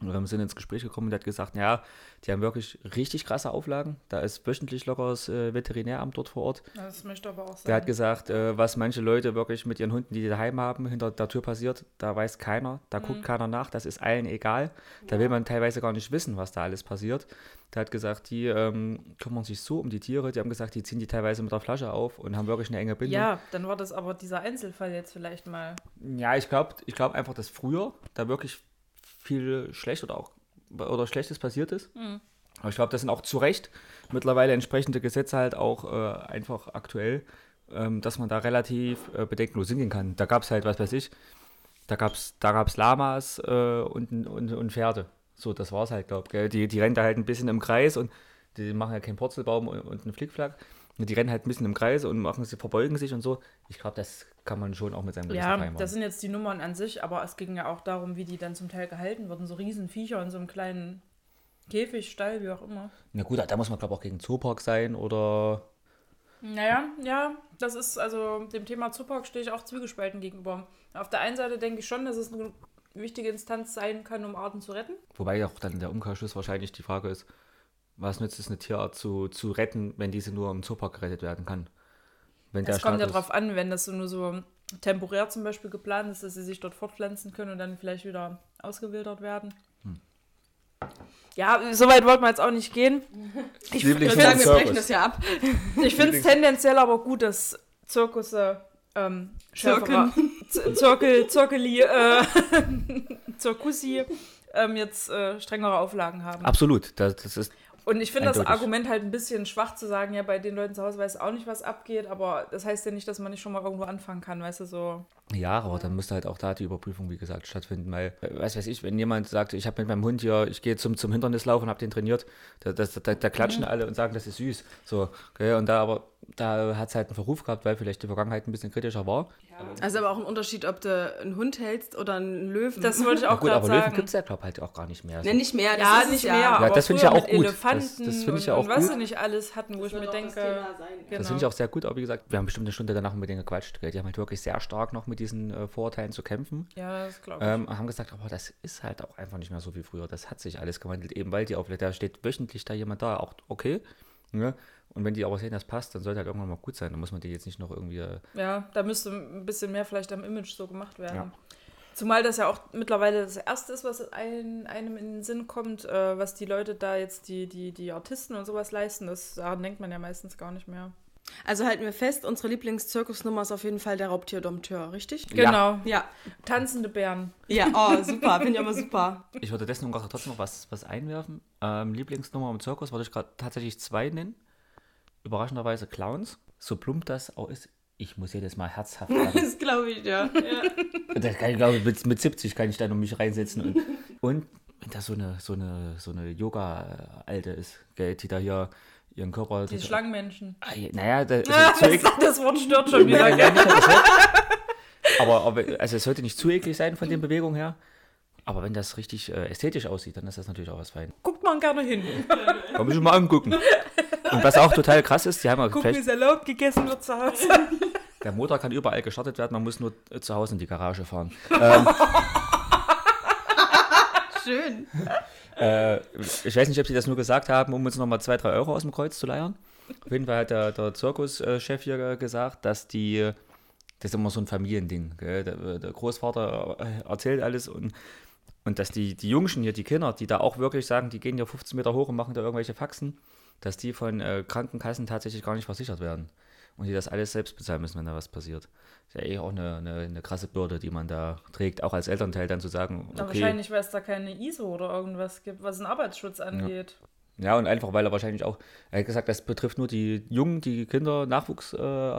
Speaker 5: Und wir sind ins Gespräch gekommen und der hat gesagt, ja, die haben wirklich richtig krasse Auflagen. Da ist wöchentlich locker das äh, Veterinäramt dort vor Ort.
Speaker 2: Ja, Das möchte aber auch
Speaker 5: Der
Speaker 2: sein.
Speaker 5: hat gesagt, äh, was manche Leute wirklich mit ihren Hunden, die die daheim haben, hinter der Tür passiert, da weiß keiner, da
Speaker 2: Mhm.
Speaker 5: guckt keiner nach, das ist allen egal. Da will man teilweise gar nicht wissen, was da alles passiert. Der hat gesagt, die ähm, kümmern sich so um die Tiere, die haben gesagt, die ziehen die teilweise mit der Flasche auf und haben wirklich eine enge Bindung.
Speaker 2: Ja, dann war das aber dieser Einzelfall jetzt vielleicht mal.
Speaker 5: Ja, ich glaube ich glaub einfach, dass früher da wirklich viel schlecht oder auch oder Schlechtes passiert ist.
Speaker 2: Mhm.
Speaker 5: Aber ich glaube, das sind auch zu Recht mittlerweile entsprechende Gesetze halt auch äh, einfach aktuell, ähm, dass man da relativ äh, bedenkenlos hingehen kann. Da gab es halt, was weiß ich, da gab es da gab's Lamas äh, und, und, und Pferde. So, das war's halt, glaub ich. Die, die rennen da halt ein bisschen im Kreis und die machen ja keinen Purzelbaum und, und einen Flickflack. Die rennen halt ein bisschen im Kreis und machen sie, verbeugen sich und so. Ich glaube, das kann man schon auch mit seinem Gewissen
Speaker 2: Ja,
Speaker 5: vereinbaren.
Speaker 2: das sind jetzt die Nummern an sich, aber es ging ja auch darum, wie die dann zum Teil gehalten wurden. So Riesenviecher in so einem kleinen Käfig, Stall, wie auch immer.
Speaker 5: Na gut, da muss man, glaube ich, auch gegen Zoopark sein oder
Speaker 2: Naja, ja, das ist also dem Thema Zupac stehe ich auch zwiegespalten gegenüber. Auf der einen Seite denke ich schon, dass es eine wichtige Instanz sein kann, um Arten zu retten.
Speaker 5: Wobei auch dann der Umkehrschluss wahrscheinlich die Frage ist, was nützt es, eine Tierart zu, zu retten, wenn diese nur im Zoopark gerettet werden kann? Wenn
Speaker 2: Es kommt ja
Speaker 5: Status-
Speaker 2: drauf an, wenn das so nur so temporär zum Beispiel geplant ist, dass sie sich dort fortpflanzen können und dann vielleicht wieder ausgewildert werden. Ja, so weit wollten wir jetzt auch nicht gehen. Ich,
Speaker 5: Lieblings-
Speaker 1: Ich
Speaker 2: ich
Speaker 1: würde sagen,
Speaker 5: Service.
Speaker 1: wir brechen das ja ab.
Speaker 2: finde es tendenziell aber gut, dass Zirkusse, ähm, Schäferer- Z- Zirkel, Zirkeli, äh, Zirkussi ähm, jetzt äh, strengere Auflagen haben.
Speaker 5: Absolut, das, das ist.
Speaker 2: Und ich finde das
Speaker 5: Eindeutig.
Speaker 2: Argument halt ein bisschen schwach zu sagen, ja, bei den Leuten zu Hause weiß auch nicht, was abgeht, aber das heißt ja nicht, dass man nicht schon mal irgendwo anfangen kann, weißt du, so.
Speaker 5: Ja, aber dann müsste halt auch da die Überprüfung, wie gesagt, stattfinden. Weil, äh, was weiß ich, wenn jemand sagt, ich habe mit meinem Hund hier, ich gehe zum, zum Hindernislauf und habe den trainiert, da, das, da, da klatschen
Speaker 2: Mhm.
Speaker 5: alle und sagen, das ist süß. So, okay, und da aber, da hat es halt einen Verruf gehabt, weil vielleicht die Vergangenheit ein bisschen kritischer war.
Speaker 1: Also aber auch ein Unterschied, ob du einen Hund hältst oder einen Löwen.
Speaker 2: Das wollte ich
Speaker 5: Na
Speaker 2: auch
Speaker 5: gut,
Speaker 2: gerade
Speaker 5: aber Löwen
Speaker 2: sagen.
Speaker 5: gibt es ja, glaube ich, halt auch gar nicht mehr. So.
Speaker 1: ne, nicht mehr. Das
Speaker 2: ja,
Speaker 1: ist es
Speaker 2: nicht
Speaker 1: ja.
Speaker 2: mehr, aber
Speaker 5: das finde ich ja
Speaker 2: früher
Speaker 5: auch
Speaker 2: mit
Speaker 5: gut. Das-
Speaker 2: Elefanten
Speaker 5: das finde ich ja
Speaker 2: und-
Speaker 5: auch
Speaker 2: und was
Speaker 5: gut.
Speaker 2: sie nicht alles hatten, wo ich mir denke, genau.
Speaker 5: Das finde ich auch sehr gut, aber wie gesagt, wir haben bestimmt eine Stunde danach mit denen gequatscht. gell? Die haben halt wirklich sehr stark noch mit diesen äh, Vorurteilen zu kämpfen.
Speaker 2: ja, das glaube ich.
Speaker 5: Ähm, haben gesagt, aber das ist halt auch einfach nicht mehr so wie früher. Das hat sich alles gewandelt, eben weil die Auflage, da steht wöchentlich da jemand da, auch okay. Ne? Und wenn die aber sehen, das passt, dann sollte halt irgendwann mal gut sein. Dann muss man die jetzt nicht noch irgendwie. äh,
Speaker 2: Ja, da müsste ein bisschen mehr vielleicht am Image so gemacht werden.
Speaker 5: Ja.
Speaker 2: Zumal das ja auch mittlerweile das Erste ist, was ein, einem in den Sinn kommt, äh, was die Leute da jetzt, die, die, die Artisten und sowas leisten, das, daran denkt man ja meistens gar nicht mehr.
Speaker 1: Also halten wir fest, unsere Lieblingszirkusnummer ist auf jeden Fall der Raubtierdompteur, richtig?
Speaker 5: Ja.
Speaker 2: Genau.
Speaker 1: Ja.
Speaker 2: Tanzende Bären.
Speaker 1: Ja, oh, super. Finde ich immer super.
Speaker 5: Ich würde deswegen gerade trotzdem noch was, was einwerfen. Ähm, Lieblingsnummer im Zirkus wollte ich gerade tatsächlich zwei nennen. Überraschenderweise Clowns. So plump das auch ist. Ich muss jedes Mal herzhaft lachen.
Speaker 1: Das glaube ich, ja.
Speaker 5: Das kann ich, glaube ich, mit, mit 70 kann ich da noch mich reinsetzen. Und, und wenn das so eine, so eine, so eine Yoga-Alte ist, gell, die da hier ihren Körper.
Speaker 2: Die Schlangenmenschen.
Speaker 5: Ah, je- naja, da, also
Speaker 2: Ah,
Speaker 5: zu
Speaker 2: das,
Speaker 5: eklig,
Speaker 2: das Wort stört schon wieder.
Speaker 5: ja, ja, nicht, das wird- aber, aber also es sollte nicht zu eklig sein von den Bewegungen her. Aber wenn das richtig äh, ästhetisch aussieht, dann ist das natürlich auch was fein.
Speaker 2: Guckt man gerne hin.
Speaker 5: Kann man schon mal angucken. Und was auch total krass ist, die haben auch
Speaker 2: Guckt, wie
Speaker 5: vielleicht,
Speaker 2: Salat gegessen wird zu Hause.
Speaker 5: der Motor kann überall gestartet werden, man muss nur äh, zu Hause in die Garage fahren.
Speaker 1: Schön.
Speaker 5: Äh, ich weiß nicht, ob sie das nur gesagt haben, um uns nochmal 2, 3 Euro aus dem Kreuz zu leiern. Auf jeden Fall hat der, der Zirkuschef hier ge- gesagt, dass die, das ist immer so ein Familiending, gell? Der, der Großvater äh, erzählt alles und, und dass die, die Jungschen hier, die Kinder, die da auch wirklich sagen, die gehen hier 15 Meter hoch und machen da irgendwelche Faxen, dass die von äh, Krankenkassen tatsächlich gar nicht versichert werden. Und die das alles selbst bezahlen müssen, wenn da was passiert. Ist ja eh auch eine, eine, eine krasse Bürde, die man da trägt, auch als Elternteil dann zu sagen,
Speaker 2: Na,
Speaker 5: okay,
Speaker 2: Wahrscheinlich, weil es da keine ISO oder irgendwas gibt, was den Arbeitsschutz angeht.
Speaker 5: Ja, und einfach, weil er wahrscheinlich auch, er hat gesagt, das betrifft nur die Jungen, die Kinder, Nachwuchsartisten. Äh,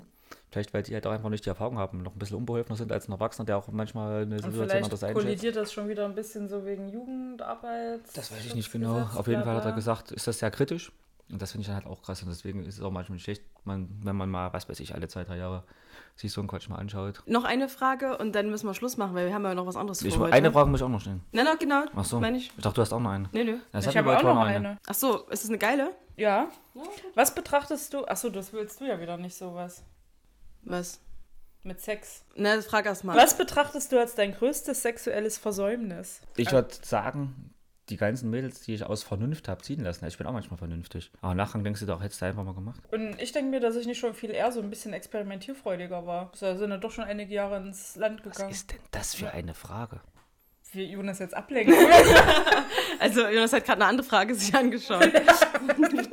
Speaker 5: Artisten. Vielleicht, weil die halt auch einfach nicht die Erfahrung haben, noch ein bisschen unbeholfener sind als ein Erwachsener, der auch manchmal eine
Speaker 2: Und
Speaker 5: Situation anders
Speaker 2: vielleicht
Speaker 5: einschätzt.
Speaker 2: kollidiert das schon wieder ein bisschen so wegen Jugendarbeit.
Speaker 5: Das weiß ich nicht genau. Auf jeden Fall hat er gesagt, ist das sehr kritisch. Und das finde ich dann halt auch krass. Und deswegen ist es auch manchmal nicht schlecht, man, wenn man mal, was weiß ich, alle zwei, drei Jahre sich so einen Quatsch mal anschaut.
Speaker 1: Noch eine Frage und dann müssen wir Schluss machen, weil wir haben ja noch was anderes vor
Speaker 5: Ich,
Speaker 1: heute.
Speaker 5: eine Frage muss ich auch noch stellen.
Speaker 1: Nein, nein, genau.
Speaker 5: Ach so.
Speaker 1: Meine ich.
Speaker 5: Ich dachte, du hast auch noch eine.
Speaker 1: Nee, nö.
Speaker 5: Das
Speaker 2: Ich
Speaker 5: hatten
Speaker 2: habe
Speaker 5: wir
Speaker 2: auch
Speaker 5: vorhin
Speaker 2: noch eine.
Speaker 1: Ach so, ist das eine geile?
Speaker 2: Ja. Was betrachtest du? Achso, das willst du ja wieder nicht sowas.
Speaker 1: Was?
Speaker 2: Mit Sex.
Speaker 1: Na, frag erst mal.
Speaker 2: Was betrachtest du als dein größtes sexuelles Versäumnis?
Speaker 5: Ich würde sagen, die ganzen Mädels, die ich aus Vernunft habe ziehen lassen, ich bin auch manchmal vernünftig. Aber im Nachgang denkst du doch, hättest du einfach mal gemacht.
Speaker 2: Und ich denke mir, dass ich nicht schon viel eher so ein bisschen experimentierfreudiger war. Da sind ja doch schon einige Jahre ins Land
Speaker 5: Was
Speaker 2: gegangen.
Speaker 5: ist denn das für eine Frage?
Speaker 2: Wie Jonas jetzt ablenken.
Speaker 1: Also, Jonas hat gerade eine andere Frage sich angeschaut.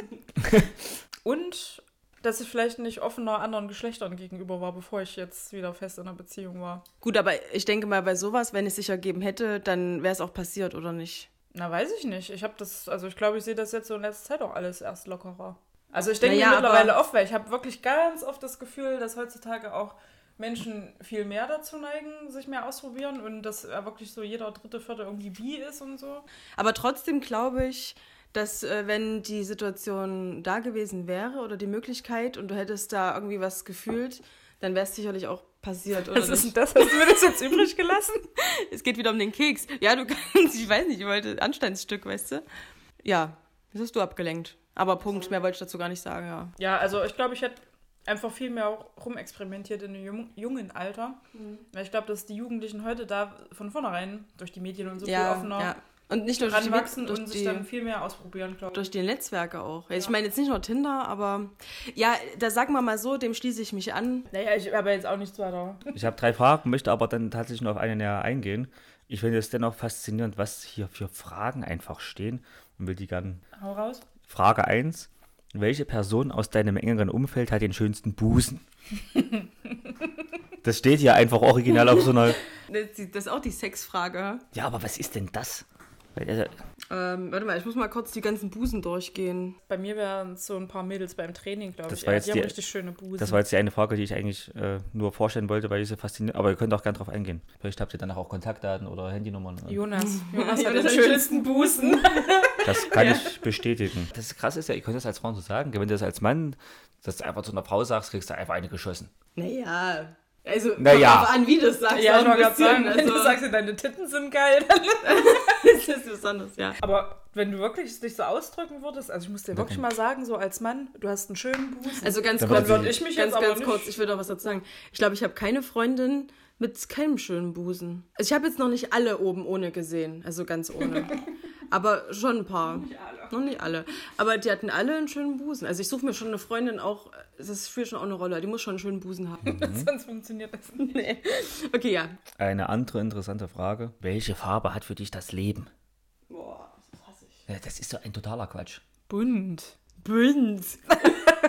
Speaker 2: Und dass ich vielleicht nicht offener anderen Geschlechtern gegenüber war, bevor ich jetzt wieder fest in einer Beziehung war.
Speaker 1: Gut, aber ich denke mal, bei sowas, wenn es sich ergeben hätte, dann wäre es auch passiert, oder nicht?
Speaker 2: Na, weiß ich nicht. Ich habe das, also ich glaube, ich sehe das jetzt so in letzter Zeit auch alles erst lockerer. Also ich denke
Speaker 1: Naja,
Speaker 2: mir
Speaker 1: aber-
Speaker 2: mittlerweile oft, weil ich habe wirklich ganz oft das Gefühl, dass heutzutage auch Menschen viel mehr dazu neigen, sich mehr ausprobieren und dass äh, wirklich so jeder dritte, vierte irgendwie bi ist und so.
Speaker 1: Aber trotzdem glaube ich, dass äh, wenn die Situation da gewesen wäre oder die Möglichkeit und du hättest da irgendwie was gefühlt, dann wäre es sicherlich auch passiert. Oder nicht?
Speaker 2: das? Hast du mir das jetzt übrig gelassen?
Speaker 1: Es geht wieder um den Keks. Ja, du kannst, ich weiß nicht, ich wollte Anstandsstück, weißt du? Ja, das hast du abgelenkt. Aber Punkt, mehr wollte ich dazu gar nicht sagen, ja.
Speaker 2: Ja, also ich glaube, ich hätte einfach viel mehr auch rumexperimentiert in dem jung- jungen Alter.
Speaker 1: Mhm.
Speaker 2: Weil ich glaube, dass die Jugendlichen heute da von vornherein durch die Medien und so
Speaker 1: ja,
Speaker 2: viel offener
Speaker 1: ja. Und nicht nur durch die,
Speaker 2: ranwachsen
Speaker 1: durch
Speaker 2: und sich
Speaker 1: die,
Speaker 2: dann viel mehr ausprobieren, glaube ich.
Speaker 1: durch die Netzwerke auch. Ich meine jetzt nicht nur Tinder, aber ja, da sagen wir mal so, dem schließe ich mich an.
Speaker 2: Naja, ich habe jetzt auch nichts weiter.
Speaker 5: Ich habe drei Fragen, möchte aber dann tatsächlich nur auf eine näher eingehen. Ich finde es dennoch faszinierend, was hier für Fragen einfach stehen und will die gerne.
Speaker 2: Hau raus.
Speaker 5: Frage 1. Welche Person aus deinem engeren Umfeld hat den schönsten Busen? Das steht hier einfach original auf so einer.
Speaker 1: Das ist auch die Sexfrage.
Speaker 5: Ja, aber was ist denn das? Also,
Speaker 1: Ähm, warte mal, ich muss mal kurz die ganzen Busen durchgehen.
Speaker 2: Bei mir wären so ein paar Mädels beim Training, glaube
Speaker 5: Das
Speaker 2: ich.
Speaker 5: war
Speaker 2: Ja,
Speaker 5: jetzt
Speaker 2: die haben
Speaker 5: die-
Speaker 2: richtig schöne Busen.
Speaker 5: Das war jetzt die eine Frage, die ich eigentlich äh, nur vorstellen wollte, weil ich sie fasziniert. Aber ihr könnt auch gerne drauf eingehen. Vielleicht habt ihr danach auch Kontaktdaten oder Handynummern. äh. Und
Speaker 2: Jonas. Jonas
Speaker 1: Jonas
Speaker 2: hat den
Speaker 1: hat
Speaker 2: schönsten Busen.
Speaker 5: Das kann ich bestätigen. Das Krasse ist ja, ihr könnt das als Frau so sagen. Wenn du das als Mann das einfach zu einer Frau sagst, kriegst du einfach eine geschossen.
Speaker 1: Naja. Also,
Speaker 5: Naja.
Speaker 1: kommt drauf an, wie du es sagst. auch
Speaker 2: Ja,
Speaker 1: ein
Speaker 2: ich wollte gerade
Speaker 1: bisschen.
Speaker 2: sagen, wenn
Speaker 1: also,
Speaker 2: du sagst, deine Titten sind geil, dann
Speaker 1: das ist was anderes, ja.
Speaker 2: Aber wenn du wirklich dich so ausdrücken würdest, also ich muss dir wirklich mal sagen, so als Mann, du hast einen schönen Busen.
Speaker 1: Also ganz
Speaker 5: Dann
Speaker 1: kurz,
Speaker 5: würd
Speaker 2: ich mich
Speaker 1: ganz,
Speaker 2: jetzt aber
Speaker 1: ganz
Speaker 2: nicht-
Speaker 1: kurz, ich will doch was dazu sagen. Ich glaube, ich habe keine Freundin mit keinem schönen Busen. Also ich habe jetzt noch nicht alle oben ohne gesehen, also ganz ohne. Aber schon ein paar. Noch nicht alle. Aber die hatten alle einen schönen Busen. Also ich suche mir schon eine Freundin auch, das spielt schon auch eine Rolle, die muss schon einen schönen Busen haben.
Speaker 5: Mhm.
Speaker 2: sonst funktioniert das nicht.
Speaker 1: nee. Okay, ja.
Speaker 5: Eine andere interessante Frage. Welche Farbe hat für dich das Leben?
Speaker 1: Boah, das hasse ich.
Speaker 5: Ja, Das ist so ein totaler Quatsch.
Speaker 2: Bunt.
Speaker 1: Bünd.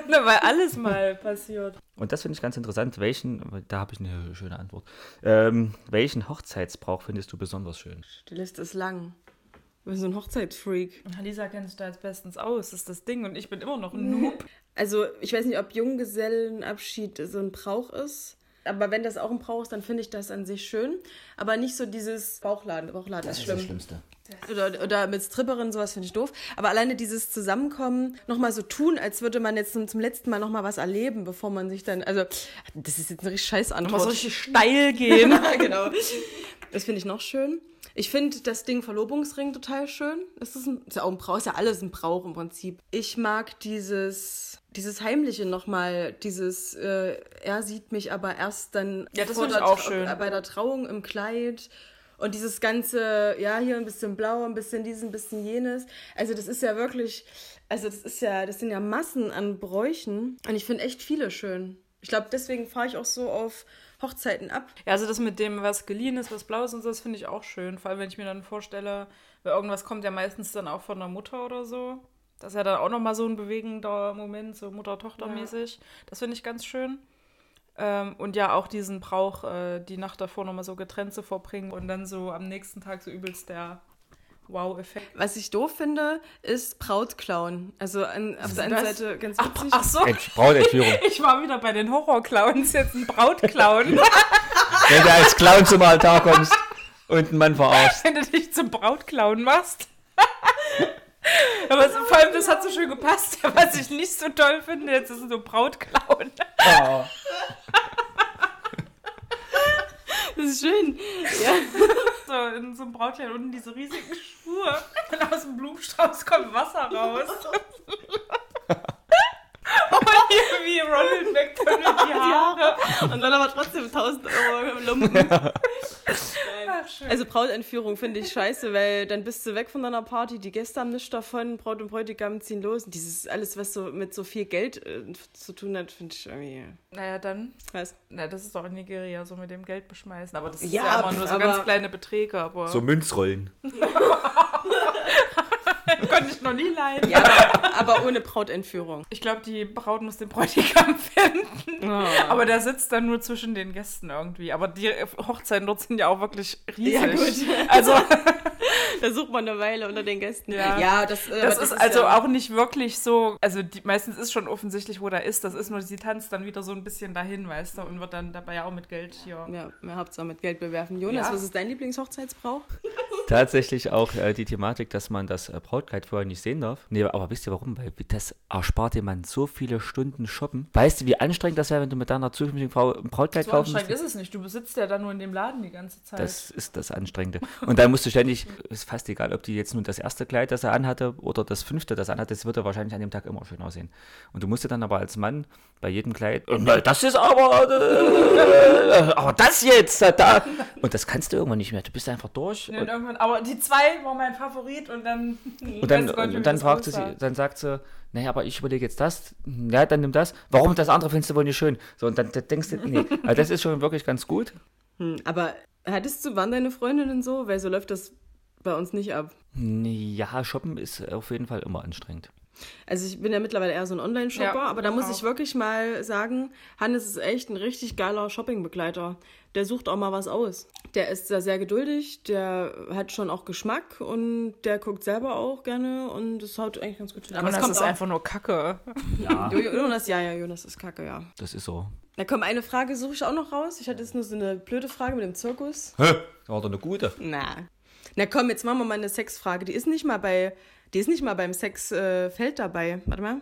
Speaker 2: Na, weil alles mal passiert.
Speaker 5: Und das finde ich ganz interessant. Welchen, da habe ich eine schöne Antwort. Ähm, welchen Hochzeitsbrauch findest du besonders schön?
Speaker 1: Die Liste ist lang. Ich bin so ein Hochzeitsfreak.
Speaker 2: Lisa kennt sich da jetzt bestens aus, das ist das Ding. Und ich bin immer noch ein Noob.
Speaker 1: Also, ich weiß nicht, ob Junggesellenabschied so ein Brauch ist. Aber wenn das auch ein Brauch ist, dann finde ich das an sich schön. Aber nicht so dieses Bauchladen. Bauchladen ist schlimm.
Speaker 5: Schlimmste.
Speaker 1: Oder, oder mit Stripperinnen, sowas finde ich doof. Aber alleine dieses Zusammenkommen, nochmal so tun, als würde man jetzt zum, zum letzten Mal nochmal was erleben, bevor man sich dann. Also, das ist jetzt eine richtig scheiß Antwort.
Speaker 2: steil gehen.
Speaker 1: genau. Das finde ich noch schön. Ich finde das Ding Verlobungsring total schön. Das ist, ein, ist ja auch ein Brauch, ist ja alles ein Brauch im Prinzip. Ich mag dieses, dieses Heimliche nochmal, dieses, äh, er sieht mich aber erst dann
Speaker 2: Ja, das
Speaker 1: vor
Speaker 2: finde ich
Speaker 1: der
Speaker 2: auch
Speaker 1: Trau-
Speaker 2: schön.
Speaker 1: bei der Trauung im Kleid. Und dieses ganze, ja, hier ein bisschen blau, ein bisschen dies, ein bisschen jenes. Also das ist ja wirklich, also das ist ja, das sind ja Massen an Bräuchen. Und ich finde echt viele schön. Ich glaube, deswegen fahre ich auch so auf Hochzeiten ab,
Speaker 2: Ja, also das mit dem, was geliehen ist, was blau ist und so, das finde ich auch schön. Vor allem, wenn ich mir dann vorstelle, weil irgendwas kommt ja meistens dann auch von der Mutter oder so. Das ist ja dann auch nochmal so ein bewegender Moment, so Mutter-Tochter-mäßig. Das finde ich ganz schön. Ähm, und ja, auch diesen Brauch, äh, die Nacht davor nochmal so getrennt zu verbringen und dann so am nächsten Tag so übelst der Wow-Effekt.
Speaker 1: Was ich doof finde, ist Brautklauen. Also an, auf der einen
Speaker 2: das?
Speaker 1: Seite ganz witzig.
Speaker 2: Ach so,
Speaker 5: Brautentführung.
Speaker 2: ich war wieder bei den Horror-Clowns, jetzt ein Braut-Clown.
Speaker 5: Wenn du als Clown zum Altar kommst und einen Mann verarschst.
Speaker 2: wenn du dich zum Brautclown machst. Aber es, vor allem, das hat so schön gepasst. Was ich nicht so toll finde, jetzt ist es so Brautclown.
Speaker 5: Oh.
Speaker 1: das ist schön.
Speaker 2: So in so einem Brautkleid unten diese riesigen Schuhe. Und aus dem Blumenstrauß kommt Wasser raus. Und hier wie Ronald McDonald die Haare.
Speaker 1: Und dann aber trotzdem 1000 Euro im Lumpen.
Speaker 2: Ach, schön.
Speaker 1: Also Brautentführung finde ich scheiße, weil dann bist du weg von deiner Party, die Gäste haben nichts davon, Braut und Bräutigam ziehen los. Und Dieses alles, was so mit so viel Geld äh, zu tun hat, finde ich irgendwie.
Speaker 2: Naja, dann.
Speaker 1: Weiß.
Speaker 2: Na, das ist doch in Nigeria, so mit dem Geld beschmeißen. Aber das ist
Speaker 1: Ja,
Speaker 2: ja, immer nur so
Speaker 1: aber-
Speaker 2: ganz kleine Beträge. Aber
Speaker 5: So Münzrollen.
Speaker 2: konnte ich noch nie leiden.
Speaker 1: Ja, aber- aber ohne Brautentführung.
Speaker 2: Ich glaube, die Braut muss den Bräutigam finden.
Speaker 1: Oh.
Speaker 2: Aber der sitzt dann nur zwischen den Gästen irgendwie. Aber die Hochzeiten dort sind ja auch wirklich riesig.
Speaker 1: Ja, gut.
Speaker 2: Also
Speaker 1: Da sucht man eine Weile unter den Gästen.
Speaker 2: Ja.
Speaker 1: das, äh,
Speaker 2: Das,
Speaker 1: aber
Speaker 2: ist, also
Speaker 1: ja-
Speaker 2: auch nicht wirklich so, also die, meistens ist schon offensichtlich, wo der ist, das ist nur, sie tanzt dann wieder so ein bisschen dahin, weißt du, und wird dann dabei auch mit Geld hier.
Speaker 1: Ja, mehr Hauptsache mit Geld bewerfen. Jonas,
Speaker 2: Ja.
Speaker 1: was ist dein Lieblingshochzeitsbrauch?
Speaker 5: Tatsächlich auch äh, die Thematik, dass man das äh, Brautkleid vorher nicht sehen darf. Nee, aber wisst ihr warum? Weil das erspart dir man so viele Stunden shoppen. Weißt du, wie anstrengend das wäre, wenn du mit deiner zukünftigen Frau ein Brautkleid
Speaker 6: So
Speaker 5: kaufen
Speaker 6: anstrengend
Speaker 5: müsstest?
Speaker 6: ist es nicht. Du sitzt ja dann nur in dem Laden die ganze Zeit.
Speaker 5: Das ist das Anstrengende. Und dann musst du ständig, ist fast egal, ob die jetzt nun das erste Kleid, das er anhatte, oder das fünfte, das er anhatte, es wird er wahrscheinlich an dem Tag immer schön aussehen. Und du musst dir dann aber als Mann bei jedem Kleid, "Äh, na, das ist aber, äh, aber das jetzt, äh, da. Und das kannst du irgendwann nicht mehr. Du bist einfach durch.
Speaker 6: Und
Speaker 5: Und,
Speaker 6: irgendwann, aber die zwei war mein Favorit und dann.
Speaker 5: und dann,
Speaker 6: weiß Gott, wie
Speaker 5: und dann
Speaker 6: das
Speaker 5: fragt sie,
Speaker 6: aussah.
Speaker 5: sie- dann sagt sie, naja, aber ich überlege jetzt das, ja, dann nimm das. Warum das andere findest du wohl nicht schön? So, und dann, dann denkst du, nee, also das ist schon wirklich ganz gut.
Speaker 1: Hm, aber hattest du, waren deine Freundinnen so? Weil so läuft das bei uns nicht ab.
Speaker 5: Ja, shoppen ist auf jeden Fall immer anstrengend.
Speaker 1: Also ich bin ja mittlerweile eher so ein Online-Shopper,
Speaker 2: Ja,
Speaker 1: aber da
Speaker 2: ich
Speaker 1: muss
Speaker 2: auch.
Speaker 1: ich wirklich mal sagen, Hannes ist echt ein richtig geiler Shoppingbegleiter. Der sucht auch mal was aus. Der ist da sehr geduldig, der hat schon auch Geschmack und der guckt selber auch gerne und das haut eigentlich ganz gut hin.
Speaker 2: Aber
Speaker 1: es
Speaker 2: das,
Speaker 1: kommt
Speaker 2: ist
Speaker 1: auch-
Speaker 2: einfach nur Kacke.
Speaker 1: Jo- Jo- Jonas, ja, ja, Jonas ist kacke, ja.
Speaker 5: Das ist so.
Speaker 1: Na komm, eine Frage suche ich auch noch raus. Ich hatte jetzt nur so eine blöde Frage mit dem Zirkus.
Speaker 5: Hä? War doch eine gute.
Speaker 1: Na. Na komm, jetzt machen wir mal eine Sexfrage. Die ist nicht mal bei, die ist nicht mal beim Sexfeld äh, Feld dabei. Warte mal.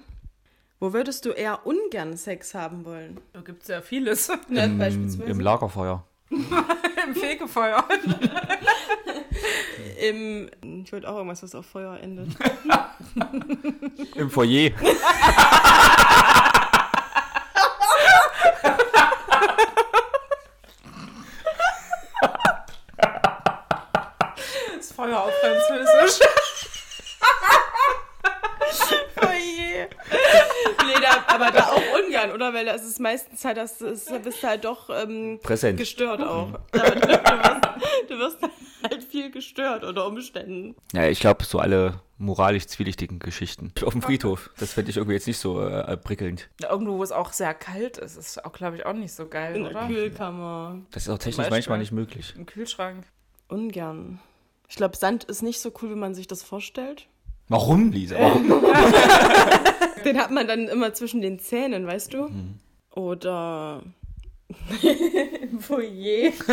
Speaker 1: Wo würdest du eher ungern Sex haben wollen?
Speaker 6: Da gibt es ja vieles.
Speaker 1: Ne,
Speaker 5: Im,
Speaker 1: beispielsweise
Speaker 5: Im
Speaker 1: im,
Speaker 5: Lagerfeuer.
Speaker 6: Im Fegefeuer.
Speaker 1: Ich wollte auch irgendwas, was auf Feuer endet.
Speaker 5: Im Foyer.
Speaker 6: Das Feuer auf Französisch.
Speaker 1: Oje. Oh nee, da, aber da auch ungern, oder? Weil das ist meistens halt, das ist, da bist du halt doch ähm,
Speaker 5: Präsent.
Speaker 1: gestört
Speaker 6: Mhm.
Speaker 1: auch. Aber du, du, wirst, du wirst halt viel gestört unter Umständen.
Speaker 5: Ja, ich glaube, so alle moralisch zwielichtigen Geschichten. Auf dem Friedhof. Das fände ich irgendwie jetzt nicht so äh, prickelnd.
Speaker 2: Irgendwo, wo es auch sehr kalt ist, ist auch, glaube ich, auch nicht so geil,
Speaker 1: In der
Speaker 2: oder?
Speaker 1: Kühlkammer.
Speaker 5: Das ist auch technisch
Speaker 2: Beispiel.
Speaker 5: manchmal nicht möglich.
Speaker 2: Im Kühlschrank.
Speaker 1: Ungern. Ich glaube, Sand ist nicht so cool, wie man sich das vorstellt.
Speaker 5: Warum, Lisa? Warum?
Speaker 1: Den hat man dann immer zwischen den Zähnen, weißt du?
Speaker 2: Mhm.
Speaker 1: Oder. Foyer.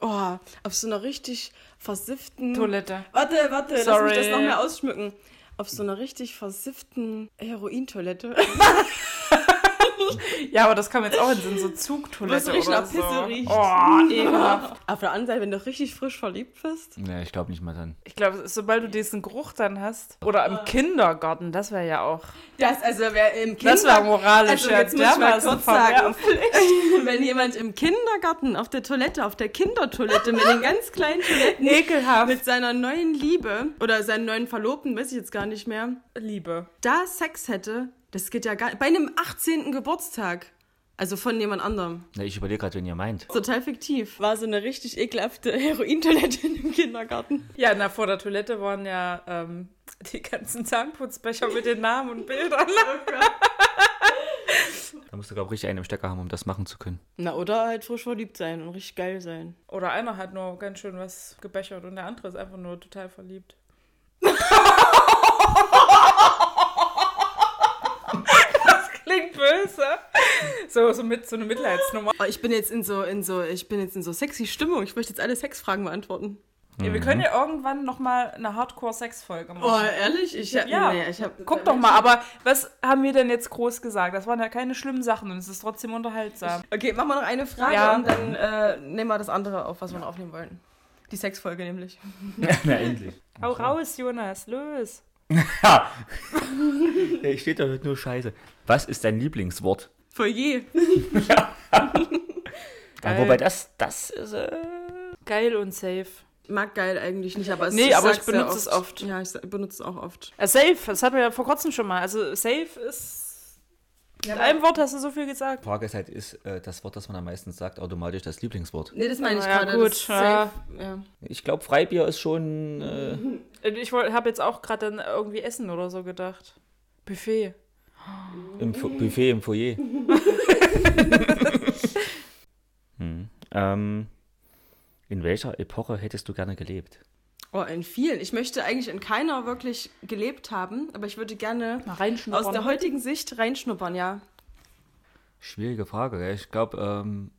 Speaker 1: oh, auf so einer richtig
Speaker 2: Hm.
Speaker 1: versifften.
Speaker 2: Toilette.
Speaker 1: Warte, warte, lass
Speaker 2: Sorry.
Speaker 1: mich das noch mehr ausschmücken. Auf so einer richtig versifften Herointoilette.
Speaker 2: Ja, aber das kam jetzt auch in Sinn, so Zugtoilette.
Speaker 1: Was riecht
Speaker 2: oder
Speaker 1: nach
Speaker 2: so.
Speaker 1: Pisse riecht.
Speaker 2: Oh.
Speaker 1: Ekelhaft. Auf der anderen Seite, wenn du richtig frisch verliebt bist.
Speaker 5: Nee, ich glaube nicht mal dann.
Speaker 2: Ich glaube, sobald du diesen Geruch dann hast, oder im Kindergarten, das wäre ja auch.
Speaker 1: Das, also wer im Kinder...
Speaker 2: Das war moralisch
Speaker 1: also
Speaker 2: ja
Speaker 1: jetzt muss ich mal
Speaker 2: dermaßen
Speaker 1: kurz sagen,
Speaker 2: verwerflich.
Speaker 1: wenn jemand im Kindergarten, auf der Toilette, auf der Kindertoilette mit den ganz kleinen Toiletten,
Speaker 2: Ekelhaft.
Speaker 1: mit seiner neuen Liebe oder seinen neuen Verlobten, weiß ich jetzt gar nicht mehr,
Speaker 2: Liebe.
Speaker 1: da Sex hätte, das geht ja gar nicht. Bei einem 18. Geburtstag. Also von jemand anderem.
Speaker 5: Nee, ich überlege gerade, wen ihr meint.
Speaker 1: Total fiktiv. War so eine richtig ekelhafte Herointoilette in dem Kindergarten.
Speaker 2: Ja, na, vor der Toilette waren ja ähm, die ganzen Zahnputzbecher mit den Namen und Bildern.
Speaker 1: Oh
Speaker 5: Da musst du, glaube ich, richtig einen im Stecker haben, um das machen zu können.
Speaker 1: Na, oder halt frisch verliebt sein und richtig geil sein.
Speaker 2: Oder einer hat nur ganz schön was gebechert und der andere ist einfach nur total verliebt. das klingt böse. So, so, mit, so eine Mitleidsnummer.
Speaker 1: Oh, ich bin jetzt in so, in so, ich bin jetzt in so sexy Stimmung. Ich möchte jetzt alle Sexfragen beantworten.
Speaker 2: Ja, wir können ja irgendwann nochmal eine Hardcore-Sex-Folge machen.
Speaker 1: Oh, ehrlich? Ich hab,
Speaker 2: Ja.
Speaker 1: nee, ich hab,
Speaker 2: Guck doch mal, aber was haben wir denn jetzt groß gesagt? Das waren ja keine schlimmen Sachen und es ist trotzdem unterhaltsam.
Speaker 1: Okay, machen wir noch eine Frage
Speaker 2: Ja.
Speaker 1: und dann äh, nehmen wir das andere auf, was wir noch aufnehmen wollten. Die Sexfolge nämlich.
Speaker 5: Na, endlich.
Speaker 2: Hau raus, Jonas, los.
Speaker 5: Ha! ich steht da nur Scheiße. Was ist dein Lieblingswort?
Speaker 1: Foyer.
Speaker 5: Ah,
Speaker 2: Geil.
Speaker 5: wobei das, das ist. Äh,
Speaker 2: Geil und safe.
Speaker 1: Mag geil eigentlich nicht, aber es
Speaker 2: Nee, aber ich
Speaker 1: sag's sehr
Speaker 2: benutze es oft.
Speaker 1: Ja, ich sa- benutze es auch oft.
Speaker 2: Äh, safe, das hatten wir ja vor kurzem schon mal. Also safe ist. Mit einem Wort hast du so viel gesagt.
Speaker 5: Frage ist halt, ist äh, das Wort, das man am meisten sagt, automatisch das Lieblingswort?
Speaker 1: Nee, das meine ich
Speaker 2: Na ja,
Speaker 1: gerade.
Speaker 2: gut,
Speaker 1: das ist
Speaker 2: ja.
Speaker 1: safe. Ja.
Speaker 5: Ich glaube, Freibier ist schon. Äh,
Speaker 2: Ich habe jetzt auch gerade dann irgendwie Essen oder so gedacht. Buffet.
Speaker 5: Im Fo Buffet im Foyer. hm. ähm, In welcher Epoche hättest du gerne gelebt?
Speaker 1: Oh, in vielen. Ich möchte eigentlich in keiner wirklich gelebt haben, aber ich würde gerne
Speaker 2: Mal reinschnuppern.
Speaker 1: aus der heutigen Sicht reinschnuppern, ja.
Speaker 5: Schwierige Frage. gell? Ich glaube, ähm,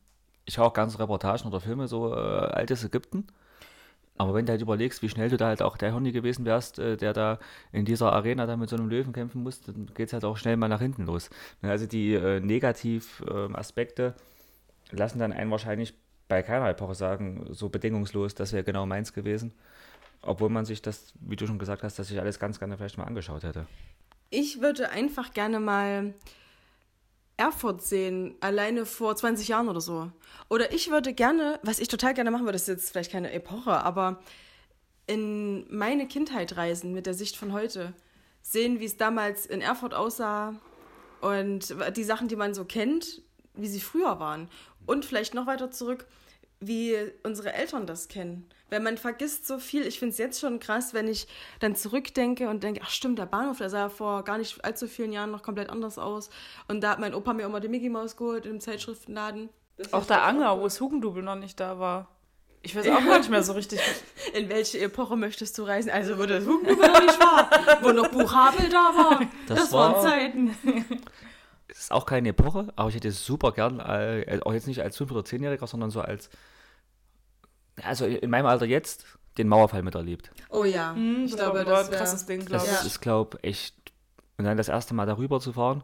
Speaker 5: ich schaue auch ganz Reportagen oder Filme, so äh, altes Ägypten. Aber wenn du halt überlegst, wie schnell du da halt auch der Hirni gewesen wärst, äh, der da in dieser Arena da mit so einem Löwen kämpfen muss, dann geht es halt auch schnell mal nach hinten los. Ne, Also die äh, Negativ-Aspekte lassen dann einen wahrscheinlich bei keiner Epoche sagen, so bedingungslos, das wäre genau meins gewesen. Obwohl man sich das, wie du schon gesagt hast, dass ich alles ganz gerne vielleicht mal angeschaut hätte.
Speaker 1: Ich würde einfach gerne mal Erfurt sehen, alleine vor 20 Jahren oder so. Oder ich würde gerne, was ich total gerne machen würde, das ist jetzt vielleicht keine Epoche, aber in meine Kindheit reisen mit der Sicht von heute. Sehen, wie es damals in Erfurt aussah und die Sachen, die man so kennt, wie sie früher waren. Und vielleicht noch weiter zurück, wie unsere Eltern das kennen. Weil man vergisst so viel. Ich finde es jetzt schon krass, wenn ich dann zurückdenke und denke, ach stimmt, der Bahnhof, der sah vor gar nicht allzu vielen Jahren noch komplett anders aus. Und da hat mein Opa mir immer die Mickey Maus geholt im Zeitschriftenladen.
Speaker 2: Auch der Anger, wo das Hugendubel noch nicht da war. Ich weiß auch gar nicht mehr so richtig.
Speaker 1: In welche Epoche möchtest du reisen? Also, wo das Hugendubel noch nicht war, wo noch Buchhabel da war. Das,
Speaker 5: Das
Speaker 1: waren
Speaker 5: war-
Speaker 1: Zeiten.
Speaker 5: Es ist auch keine Epoche, aber ich hätte super gern, äh, auch jetzt nicht als 5- oder 10-Jähriger, sondern so als, also in meinem Alter jetzt, den Mauerfall miterlebt.
Speaker 1: Oh ja,
Speaker 2: Hm,
Speaker 1: ich glaube,
Speaker 2: war
Speaker 1: das
Speaker 2: ein
Speaker 1: wär-
Speaker 2: krasses Ding, glaube
Speaker 5: Das
Speaker 1: Ja.
Speaker 2: ich.
Speaker 5: ist, glaube echt. Und dann das erste Mal darüber zu fahren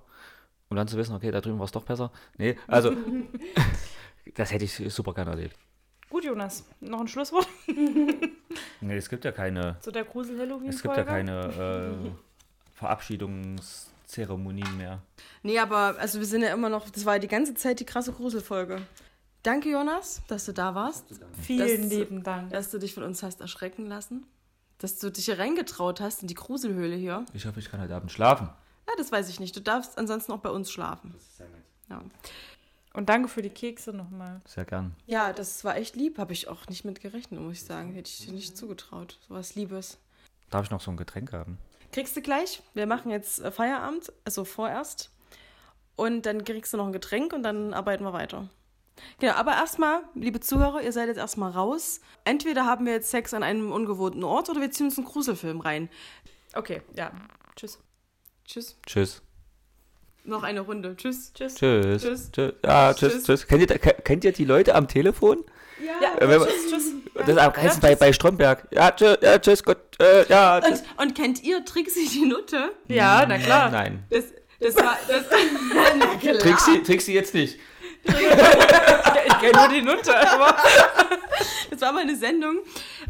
Speaker 5: und dann zu wissen, okay, da drüben war es doch besser. Nee, also, das hätte ich super gern erlebt.
Speaker 2: Gut, Jonas, noch ein Schlusswort
Speaker 5: Nee, es gibt ja keine,
Speaker 2: zu der Grusel-Halloween-Folge?
Speaker 5: es gibt ja keine äh, Verabschiedungszeremonien mehr.
Speaker 1: Nee, aber also wir sind ja immer noch, das war die ganze Zeit die krasse Gruselfolge. Danke, Jonas, dass du da warst,
Speaker 2: Vielen
Speaker 1: Das-
Speaker 2: lieben Dank.
Speaker 1: dass du dich von uns hast erschrecken lassen, dass du dich hier reingetraut hast in die Gruselhöhle hier.
Speaker 5: Ich hoffe, ich kann heute Abend schlafen.
Speaker 1: Ja, das weiß ich nicht. Du darfst ansonsten auch bei uns schlafen. Ja,
Speaker 2: Und danke für die Kekse nochmal.
Speaker 5: Sehr gern.
Speaker 1: ja das war echt lieb. Habe ich auch nicht mit gerechnet, muss ich sagen. Hätte ich dir nicht zugetraut. Sowas Liebes.
Speaker 5: Darf ich noch so ein Getränk haben?
Speaker 1: Kriegst du gleich. Wir machen jetzt äh, Feierabend, also vorerst. Und dann kriegst du noch ein Getränk und dann arbeiten wir weiter. Genau, aber erstmal, liebe Zuhörer, ihr seid jetzt erstmal raus. Entweder haben wir jetzt Sex an einem ungewohnten Ort oder wir ziehen uns einen Gruselfilm rein.
Speaker 2: Okay, ja. Tschüss.
Speaker 1: Tschüss.
Speaker 5: Tschüss.
Speaker 1: Noch eine Runde. Tschüss.
Speaker 2: Tschüss.
Speaker 5: Tschüss.
Speaker 1: Tschüss.
Speaker 5: Tschüss. Ja, tschüss,
Speaker 1: Tschüss.
Speaker 5: tschüss. Kennt, ihr, ke- kennt ihr die Leute am Telefon?
Speaker 2: Ja,
Speaker 5: Äh, wenn man-
Speaker 2: tschüss, tschüss.
Speaker 5: Das ist am geilsten bei, bei Stromberg. Ja, tschüss, ja, tschüss, Gott, äh, ja, tschüss.
Speaker 1: Und, und kennt ihr Trixie die Nutte?
Speaker 2: Ja, na klar.
Speaker 5: Nein.
Speaker 1: Das, das war. Das, na klar.
Speaker 5: Trixi, Trixi jetzt nicht.
Speaker 2: Ich kenne nur die Nutte, aber.
Speaker 1: Das war mal eine Sendung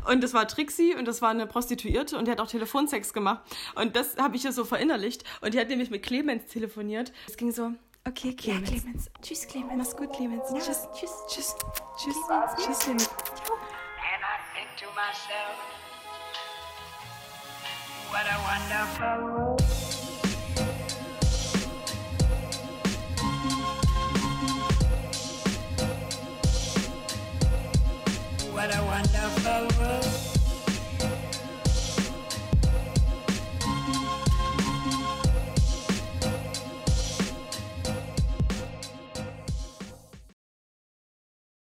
Speaker 1: und das war Trixie und das war eine Prostituierte und die hat auch Telefonsex gemacht. Und das habe ich ja so verinnerlicht. Und die hat nämlich mit Clemens telefoniert. Es ging so, okay, Clemens. Clemens. Tschüss, Clemens. Mach's gut, Clemens. Tschüss, tschüss, tschüss, tschüss, tschüss, Clemens.
Speaker 7: And I think to myself, what a wonderful world. What a wonderful world.